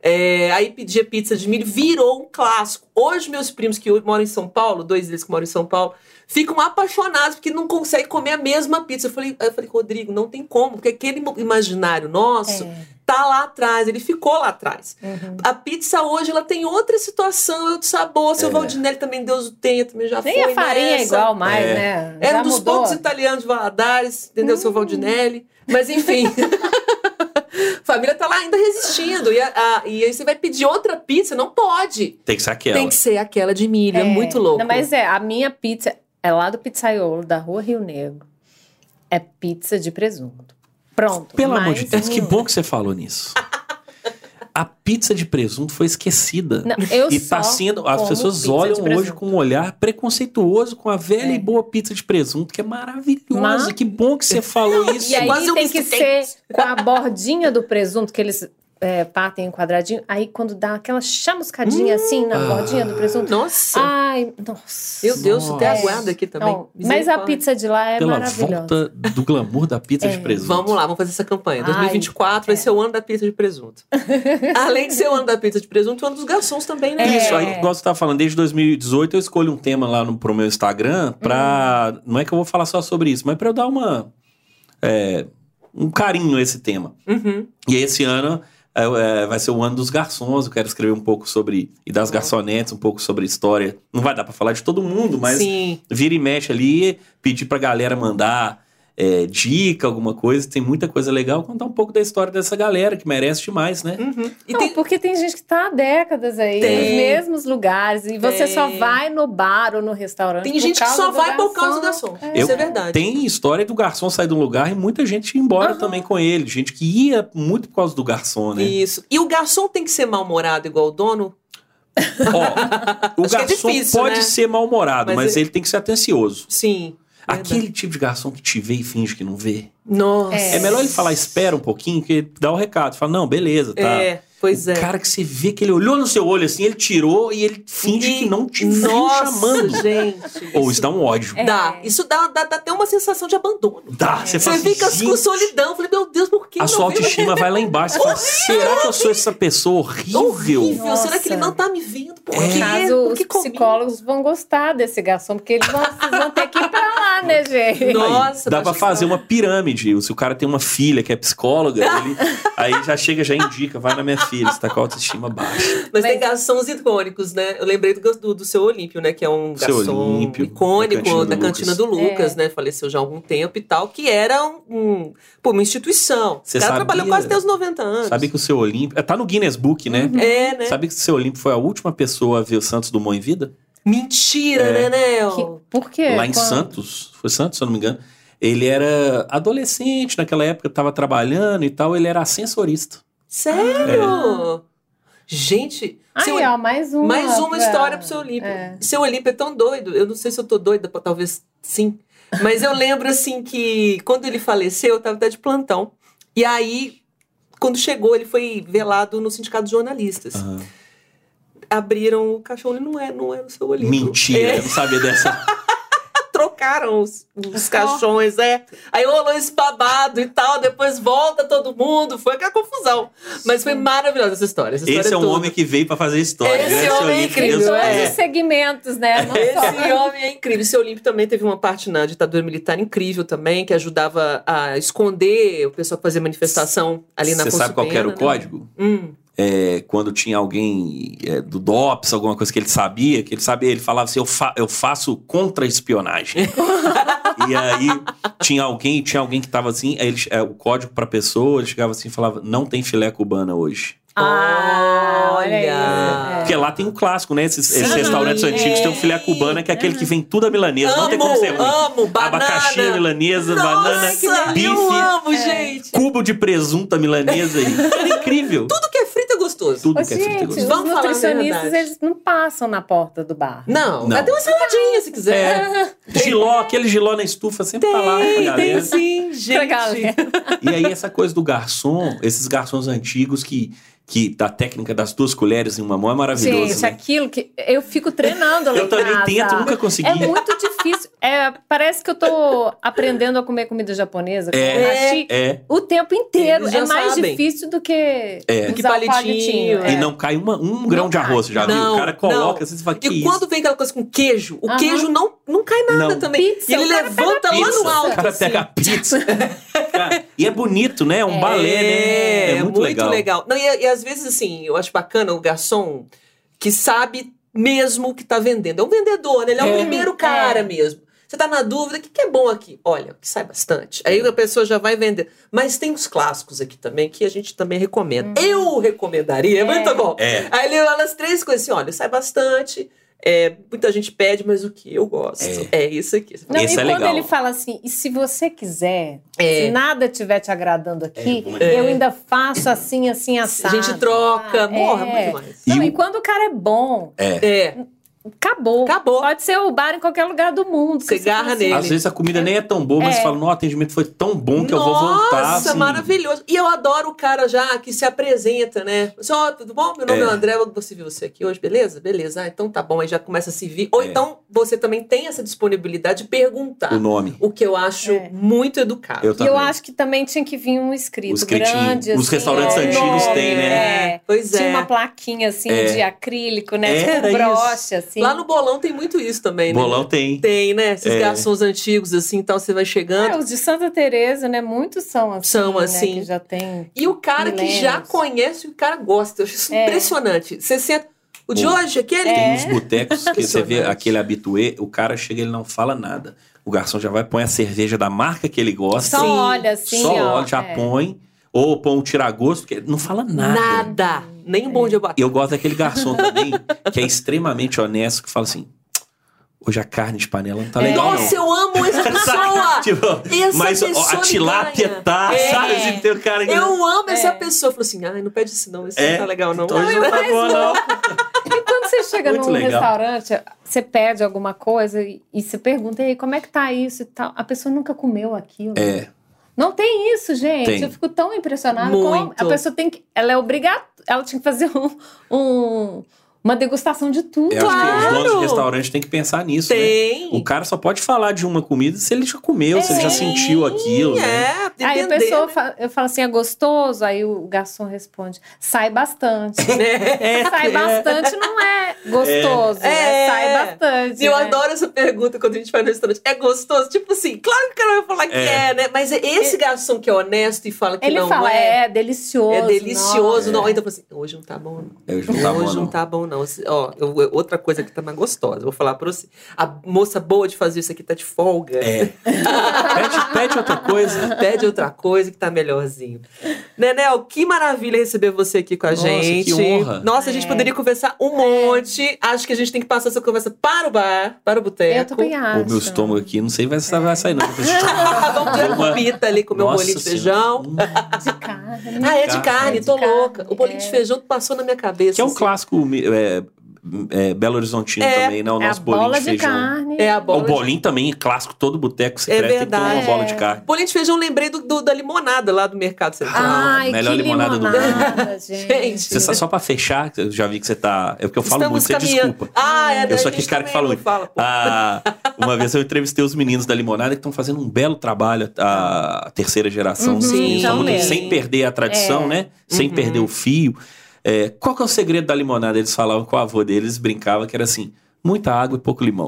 É, aí pedia pizza de milho, virou um clássico. Hoje, meus primos que hoje moram em São Paulo, dois deles que moram em São Paulo, ficam apaixonados porque não conseguem comer a mesma pizza. Eu falei, eu falei Rodrigo, não tem como, porque aquele imaginário nosso tá lá atrás, ele ficou lá atrás. É. Uhum. A pizza hoje, ela tem outra situação, é outro sabor. Seu É. Valdinelli também, Deus o tenha, também já Nem foi né? a farinha é nessa. igual mais, É. né? Era Já um dos mudou. Hum. poucos italianos de Valadares, entendeu? Seu Valdinelli. Mas enfim. Família tá lá ainda resistindo. E, a- a- e aí você vai pedir outra pizza, não pode. Tem que ser aquela. Tem que ser aquela de milho, é, É. muito louco. Não, mas é, a minha pizza é lá do pizzaiolo, da Rua Rio Negro. É pizza de presunto. Pronto. Pelo mais um amor de Deus, que nenhum. bom que você falou nisso. A pizza de presunto foi esquecida. Não, eu E só tá sendo. As como pessoas pizza de olham hoje presunto. com um olhar preconceituoso com a velha É. e boa pizza de presunto, que é maravilhosa. Mas- Que bom que você falou isso. E aí Quase um tem que ser biscoito. com a bordinha do presunto, que eles é, patem em quadradinho. Aí quando dá aquela chamuscadinha assim na Ah. bordinha do presunto. Nossa, Ai, nossa. meu Deus, você tem Nossa. aguarda aqui também. Ah, é. Não, mas a Misericórdia. pizza de lá é Pela maravilhosa. volta do glamour da pizza de presunto. Vamos lá, vamos fazer essa campanha. Ai, 2024 é. vai ser o ano da pizza de presunto. Além de ser o ano da pizza de presunto, é o ano dos garçons também, né? Isso, É. aí, igual você tá falando, desde 2018 eu escolho um tema lá no, pro meu Instagram pra. Hum. Não é que eu vou falar só sobre isso, mas pra eu dar uma. é, um carinho a esse tema. Uhum. E esse ano é, é, vai ser o ano dos garçons. Eu quero escrever um pouco sobre. E das garçonetes, um pouco sobre a história. Não vai dar pra falar de todo mundo, mas Sim. vira e mexe ali, pedir pra galera mandar é, dica, alguma coisa. Tem muita coisa legal. Contar um pouco da história dessa galera, que merece demais, né? Uhum. E Não, tem... porque tem gente que tá há décadas aí, Tem. nos mesmos lugares, e você Tem. só vai no bar ou no restaurante. Tem por gente que causa só do vai por causa do garçom. É. Isso é verdade. Tem história do garçom sair de um lugar e muita gente ir embora também com ele. Gente que ia muito por causa do garçom, né? Isso. E o garçom tem que ser mal-humorado igual o dono? Ó, o Acho que é garçom difícil, pode né? ser mal-humorado, Mas mas, é- ele tem que ser atencioso. Sim. Verdade. Aquele tipo de garçom que te vê e finge que não vê. Nossa. É. É, melhor ele falar, espera um pouquinho, que ele dá o recado. Fala, não, beleza, tá. É, pois o é. cara que você vê que ele olhou no seu olho assim, ele tirou e ele finge E- que não te viu Nossa, chamando. gente. Ou isso dá um ódio. É. Dá. Isso dá, dá, dá até uma sensação de abandono. Dá, você fala Você fica assim, com "Gente, solidão. Eu Falei, meu Deus, por que A não sua veio? autoestima vai lá embaixo. Você fala, será que eu sou essa pessoa é é horrível? É. Horrível. Será que ele Nossa. não tá me vendo? Por No quê? caso, Por os que comigo? psicólogos vão gostar desse garçom, porque eles vão, vocês vão ter que ir pra lá, né, gente? Não. Aí, Nossa, dá mas pra que fazer uma pirâmide. Se o cara tem uma filha que é psicóloga, ele- aí já chega, já indica, vai na minha filha, você tá com a autoestima baixa. Mas tem Mas- garçons icônicos, né? Eu lembrei do, do, do seu Olímpio, né? Que é um Seu garçom Olímpio, da Cantina icônico do da cantina, Lucas. do Lucas, É. né? Faleceu já há algum tempo e tal, que era um, um- pô, uma instituição. Você o cara sabia? trabalhou quase até os 90 anos. Sabe que o seu Olímpio. Tá no Guinness Book, né? Uhum. É, né? Sabe que o seu Olímpio foi a última pessoa a ver o Santos Dumont em vida? Mentira, É. né, Nel? Que- por quê? Lá em Quando- Santos. Foi Santos, se eu não me engano. Ele era adolescente naquela época, tava trabalhando e tal. Ele era ascensorista. É. Sério? Gente, seu Aí, ó, mais uma. Mais uma Ah, pra- história pro seu Olímpio. É. Seu Olímpio é tão doido. Eu não sei se eu tô doida, pô, talvez sim. Mas eu lembro assim que quando ele faleceu, eu tava até de plantão. E aí, quando chegou, ele foi velado no sindicato de jornalistas. Aham. Abriram o caixão, ele não é, não é o seu Olímpio. Ah. Mentira, eu não sabia dessa. É, trocaram os, os caixões, é. Aí rolou esse babado e tal, depois volta todo mundo, foi aquela confusão. Mas foi maravilhosa essa história. Essa história Esse é um toda. homem que veio pra fazer história. Esse homem né? é Olímpio, Em incrível, Deus todos o é. os segmentos, né? Não só. Esse homem é incrível. Seu Olímpio também teve uma parte na ditadura militar incrível também, que ajudava a esconder o pessoal que fazia manifestação ali na Você sabe qual que era o código? Hum. É, quando tinha alguém é, do DOPS, alguma coisa que ele sabia, que ele sabia, ele falava assim: eu, fa- eu faço contra-espionagem. E aí tinha alguém, tinha alguém que tava assim, aí eles- é, o código pra pessoa, ele chegava assim e falava: não tem filé cubana hoje. Ah, olha Olha. isso. Porque lá tem um clássico, né? Esses, esses Sim. restaurantes antigos tem o filé cubana, que é aquele que vem tudo a milanesa. não tem como ser Amo, ruim. amo, banana. Abacaxi à milanesa, Nossa, banana, eu bife, amo, É. gente. cubo de presunto à milanesa. E era incrível. Tudo que é frito é gostoso. Tudo Ô, que é frito é gente, os gostoso. Vamos falar a nutricionistas verdade. eles não passam na porta do bar. Não, Não. até uma saladinha se quiser. Giló, aquele giló na estufa sempre tá lá pra Tem, tem galera. sim, Pra gente. galera. E aí essa coisa do garçom, esses garçons antigos que, que da técnica das duas colheres em uma mão é maravilhoso, Gente, né? aquilo que eu fico é treinando lá Eu em também casa. tá? tento, nunca consegui. É muito difícil. É, parece que eu tô aprendendo a comer comida japonesa com É. hashi É, o tempo inteiro. Eles já É mais sabem. difícil do que É. usar Do que o palitinho, e é. não cai uma- um grão de cai. arroz, já viu? Não, O cara coloca, não. assim, você fala, que E isso? quando vem aquela coisa com queijo, o Aham. queijo não, não cai nada Não. também. Pizza, e ele o cara pega levanta lá Pizza, no alto. O cara assim. pega a pizza. Cara, e é bonito, né? É um balé, né? É muito, legal. Não, e, e às vezes, assim, eu acho bacana o garçom que sabe mesmo o que tá vendendo. É um vendedor, né? Ele é, É. o primeiro cara É. mesmo. Você tá na dúvida, o que, que é bom aqui? Olha, o que sai bastante. Aí a pessoa já vai vender. Mas tem uns clássicos aqui também que a gente também Hum. recomenda. Eu recomendaria, é muito bom. É. Aí ele olha as três coisas assim: olha, sai bastante. é, muita gente pede, mas o que eu gosto é, isso aqui. Você fala, Não, Esse e é quando legal. ele fala assim, e se você quiser, É. se nada estiver te agradando aqui, É bom. né? eu ainda faço assim, assim, a assado. gente troca, Ah, morra, é. muito mais. Não, E e, o- quando o cara é bom, É, acabou. acabou. Pode ser o bar em qualquer lugar do mundo. Você garra fala assim, nele. Às vezes a comida nem é tão boa, mas É. você fala, não, o atendimento foi tão bom Um que eu vou voltar. Nossa, assim. maravilhoso. E eu adoro o cara já que se apresenta, né? Só, tudo bom? Meu nome é, É. André, você viu você aqui hoje, beleza? Beleza, ah, então tá bom, aí já começa a se vir. Ou É. então você também tem essa disponibilidade de perguntar. O nome. O que eu acho É. muito educado. E Eu eu Também. acho que também tinha que vir um escrito Os escritinho. grande. Os assim, restaurantes é, antigos têm, né? É. É. Pois Tinha é. uma plaquinha assim de acrílico, né? Era tipo isso. broche, assim. Lá no bolão tem muito isso também, né? Bolão tem. Tem, né? Esses É. garçons antigos, assim, então você vai É, chegando. os de Santa Teresa, né? Muitos são assim. São né, assim. que já tem. E o cara que Milênios. já conhece, o cara gosta. Eu acho isso É. impressionante. Você senta. O de O- hoje, aquele. É. Tem uns botecos que você vê Impressionante. aquele habituê, o cara chega ele não fala nada. O garçom já vai, põe a cerveja da marca que ele gosta. Só Sim, olha assim. só ó, olha, já é. põe. Ou põe um tiragosto, que não fala nada. Nada. Nem um bom dia bateu. Eu gosto daquele garçom também, que é extremamente honesto, que fala assim: hoje a carne de panela não tá É. legal. Nossa, não. eu amo essa pessoa! Tipo, Essa mas ó, pessoa a tilápia ganha. tá, É. sabe? Assim, tem o cara que- Eu amo É. essa pessoa. Falou assim: ai, não pede isso, não. Isso É. não tá legal, não. Hoje não tá um. boa, não. E quando você chega Muito num legal. restaurante, você pede alguma coisa e, e você pergunta, e aí, como é que tá isso e tal? A pessoa nunca comeu aquilo. É, Não tem isso, gente. Tem. Eu fico tão impressionada como Muito. a pessoa tem que. Ela é obrigada. Ela tinha que fazer um, um- uma degustação de tudo. eu acho que os donos Claro. de restaurante têm que pensar nisso, né? O Tem. cara só pode falar de uma comida se ele já comeu, se ele já Sim, sentiu aquilo, né? É, entender. Aí a pessoa fa- eu falo assim, é gostoso? Aí o garçom responde, sai bastante. É. sai bastante não é gostoso, É. né? É. sai bastante. E eu né? adoro essa pergunta quando a gente vai no restaurante. É gostoso? Tipo assim, claro que o cara vai falar que É. é, né? Mas é esse garçom que é honesto e fala que Ele não fala, é. é, delicioso. É nossa." delicioso, não. Então, eu falo assim, hoje não tá bom, não. Eu já É, não tava, hoje não. não. tá bom, não. Esse- Ó, eu- eu- outra coisa que tá mais gostosa, vou falar pra você. A moça boa de fazer isso aqui tá de folga. É. pede, pede outra coisa. Pede outra coisa que tá melhorzinho. Nenel, que maravilha receber você aqui com a Nossa, gente. que honra. Nossa, a gente É. poderia conversar um monte. Acho que a gente tem que passar essa conversa para o bar, para o Eu boteco. também acho. O meu estômago aqui, não sei vai- se vai sair, não. Vamos ter a Uma- comida ali com o meu Nossa um bolinho de Senhora. feijão. Hum. De carne. Ah, é de Carne. carne, De tô carne, louca. O bolinho é. de feijão passou na minha cabeça. Que é um assim. clássico é, é, Belo Horizontino É. também, né? O É a nosso bolinho bola de de, feijão. carne. É É a O bola. de- bolinho também é clássico, todo boteco secreto tem que ter uma verdade. bola de carne. Bolinho de feijão, lembrei do, do- da limonada lá do Mercado Central. Ai, Melhor que limonada limonada, do gente. Gente. Você sabe, só pra fechar, eu já vi que você tá. É porque eu falo muito, você desculpa. Ah, é Eu sou da aquele gente cara também que fala não muito. fala, pô. Ah, uma vez eu entrevistei os meninos da Limonada que estão fazendo um belo trabalho, a, a terceira geração. Uhum, Os meninos são são muito- mesmo. sem perder a tradição, É. né? Sem Uhum. perder o fio. É, qual que é o segredo da limonada? Eles falavam com o avô deles, brincava que era assim: muita água e pouco limão.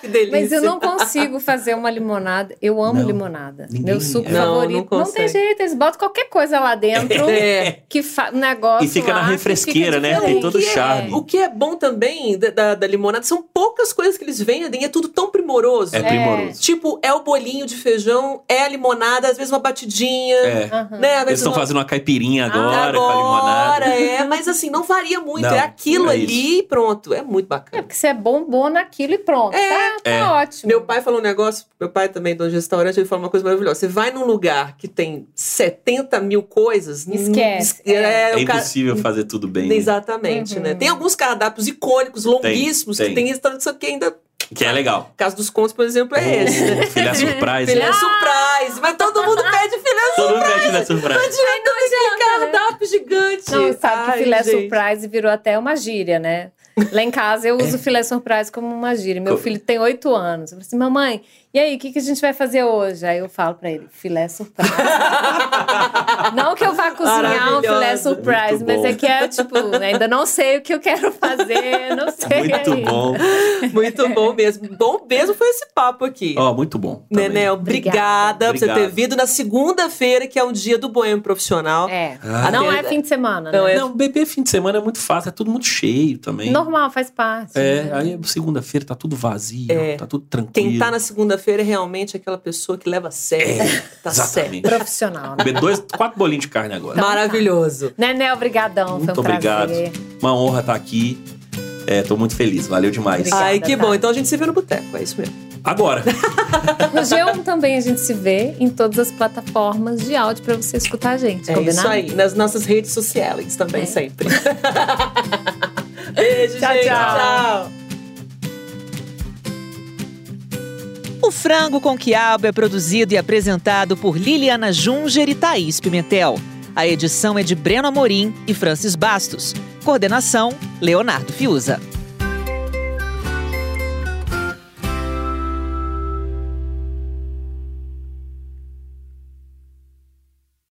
que delícia. Mas eu não consigo fazer uma limonada. Eu amo Não. limonada. Ninguém- é. Meu suco Não, favorito. não Não, tem consegue. jeito, eles botam qualquer coisa lá dentro É. que fa... um negócio. E fica lá na que refresqueira, né? Tem diferente. todo o charme. O que é bom também da, da- da limonada são poucas coisas que eles vendem, é tudo tão primoroso. É primoroso. Tipo, é o bolinho de feijão, é a limonada, às vezes uma batidinha, É. Aham. né? Às vezes Eles estão uma- fazendo uma caipirinha agora, Ah, agora, com a limonada. é, mas assim, não varia muito, Não, é aquilo é ali e pronto, é muito É bacana. porque você é bom, bom naquilo e pronto. É. Tá, tá É. ótimo. Meu pai falou um negócio, meu pai também dono de restaurante, ele falou uma coisa maravilhosa. Você vai num lugar que tem 70 mil coisas, Esquece, n- É, É o cara- impossível fazer tudo bem. né? Exatamente, Uhum. né? Tem alguns cardápios icônicos, longuíssimos, tem. que tem restaurante, só que ainda. Que é legal. Caso dos Contos, por exemplo, é esse, né? O Filé surprise. né? Filé surprise! Mas todo mundo pede filé Todo mundo é filé surprise. Não, né? cardápio gigante. Não, sabe Ai, que filé gente. surprise virou até uma gíria, né? Lá em casa eu uso filé surprise como uma gíria. Meu É. Co- filho tem oito anos. Eu falo assim, mamãe, e aí, o que, que a gente vai fazer hoje? Aí eu falo pra ele, filé surprise. não que eu vá cozinhar um filé Maravilhosa. surprise, Muito mas bom. é que é tipo, ainda não sei o que eu quero fazer, não sei. Muito ainda. bom. Muito bom mesmo. Bom mesmo foi esse papo aqui. Ó, muito bom. também. Nené, obrigada, Obrigada. por você ter Obrigado. vindo na segunda-feira, que é o dia do boêmio profissional. É. Ah. Não é Até- fim de semana, Não, né? é- Não, beber fim de semana é muito fácil, é tudo muito cheio também. Normal, faz parte. né? É, aí segunda-feira tá tudo vazio, É. tá tudo tranquilo. Quem tá na segunda-feira é realmente aquela pessoa que leva a sério. tá certo. É, Exatamente. Profissional, né? Comer dois, quatro bolinhos de carne Tá. agora. Maravilhoso. Nené, obrigadão. Foi um Muito obrigado. prazer. Uma honra estar aqui. É, tô muito feliz, valeu demais. Obrigada, Ai, que tá? bom. Então a gente se vê no boteco, é isso mesmo. Agora, No G1 também a gente se vê em todas as plataformas de áudio pra você escutar a gente, É combinado? isso aí. Nas nossas redes sociais também, É. sempre. Beijo, Tchau, gente. tchau. tchau. O Frango com Quiabo é produzido e apresentado por Liliana Junger e Thaís Pimentel. A edição é de Breno Amorim e Francis Bastos. Coordenação, Leonardo Fiuza.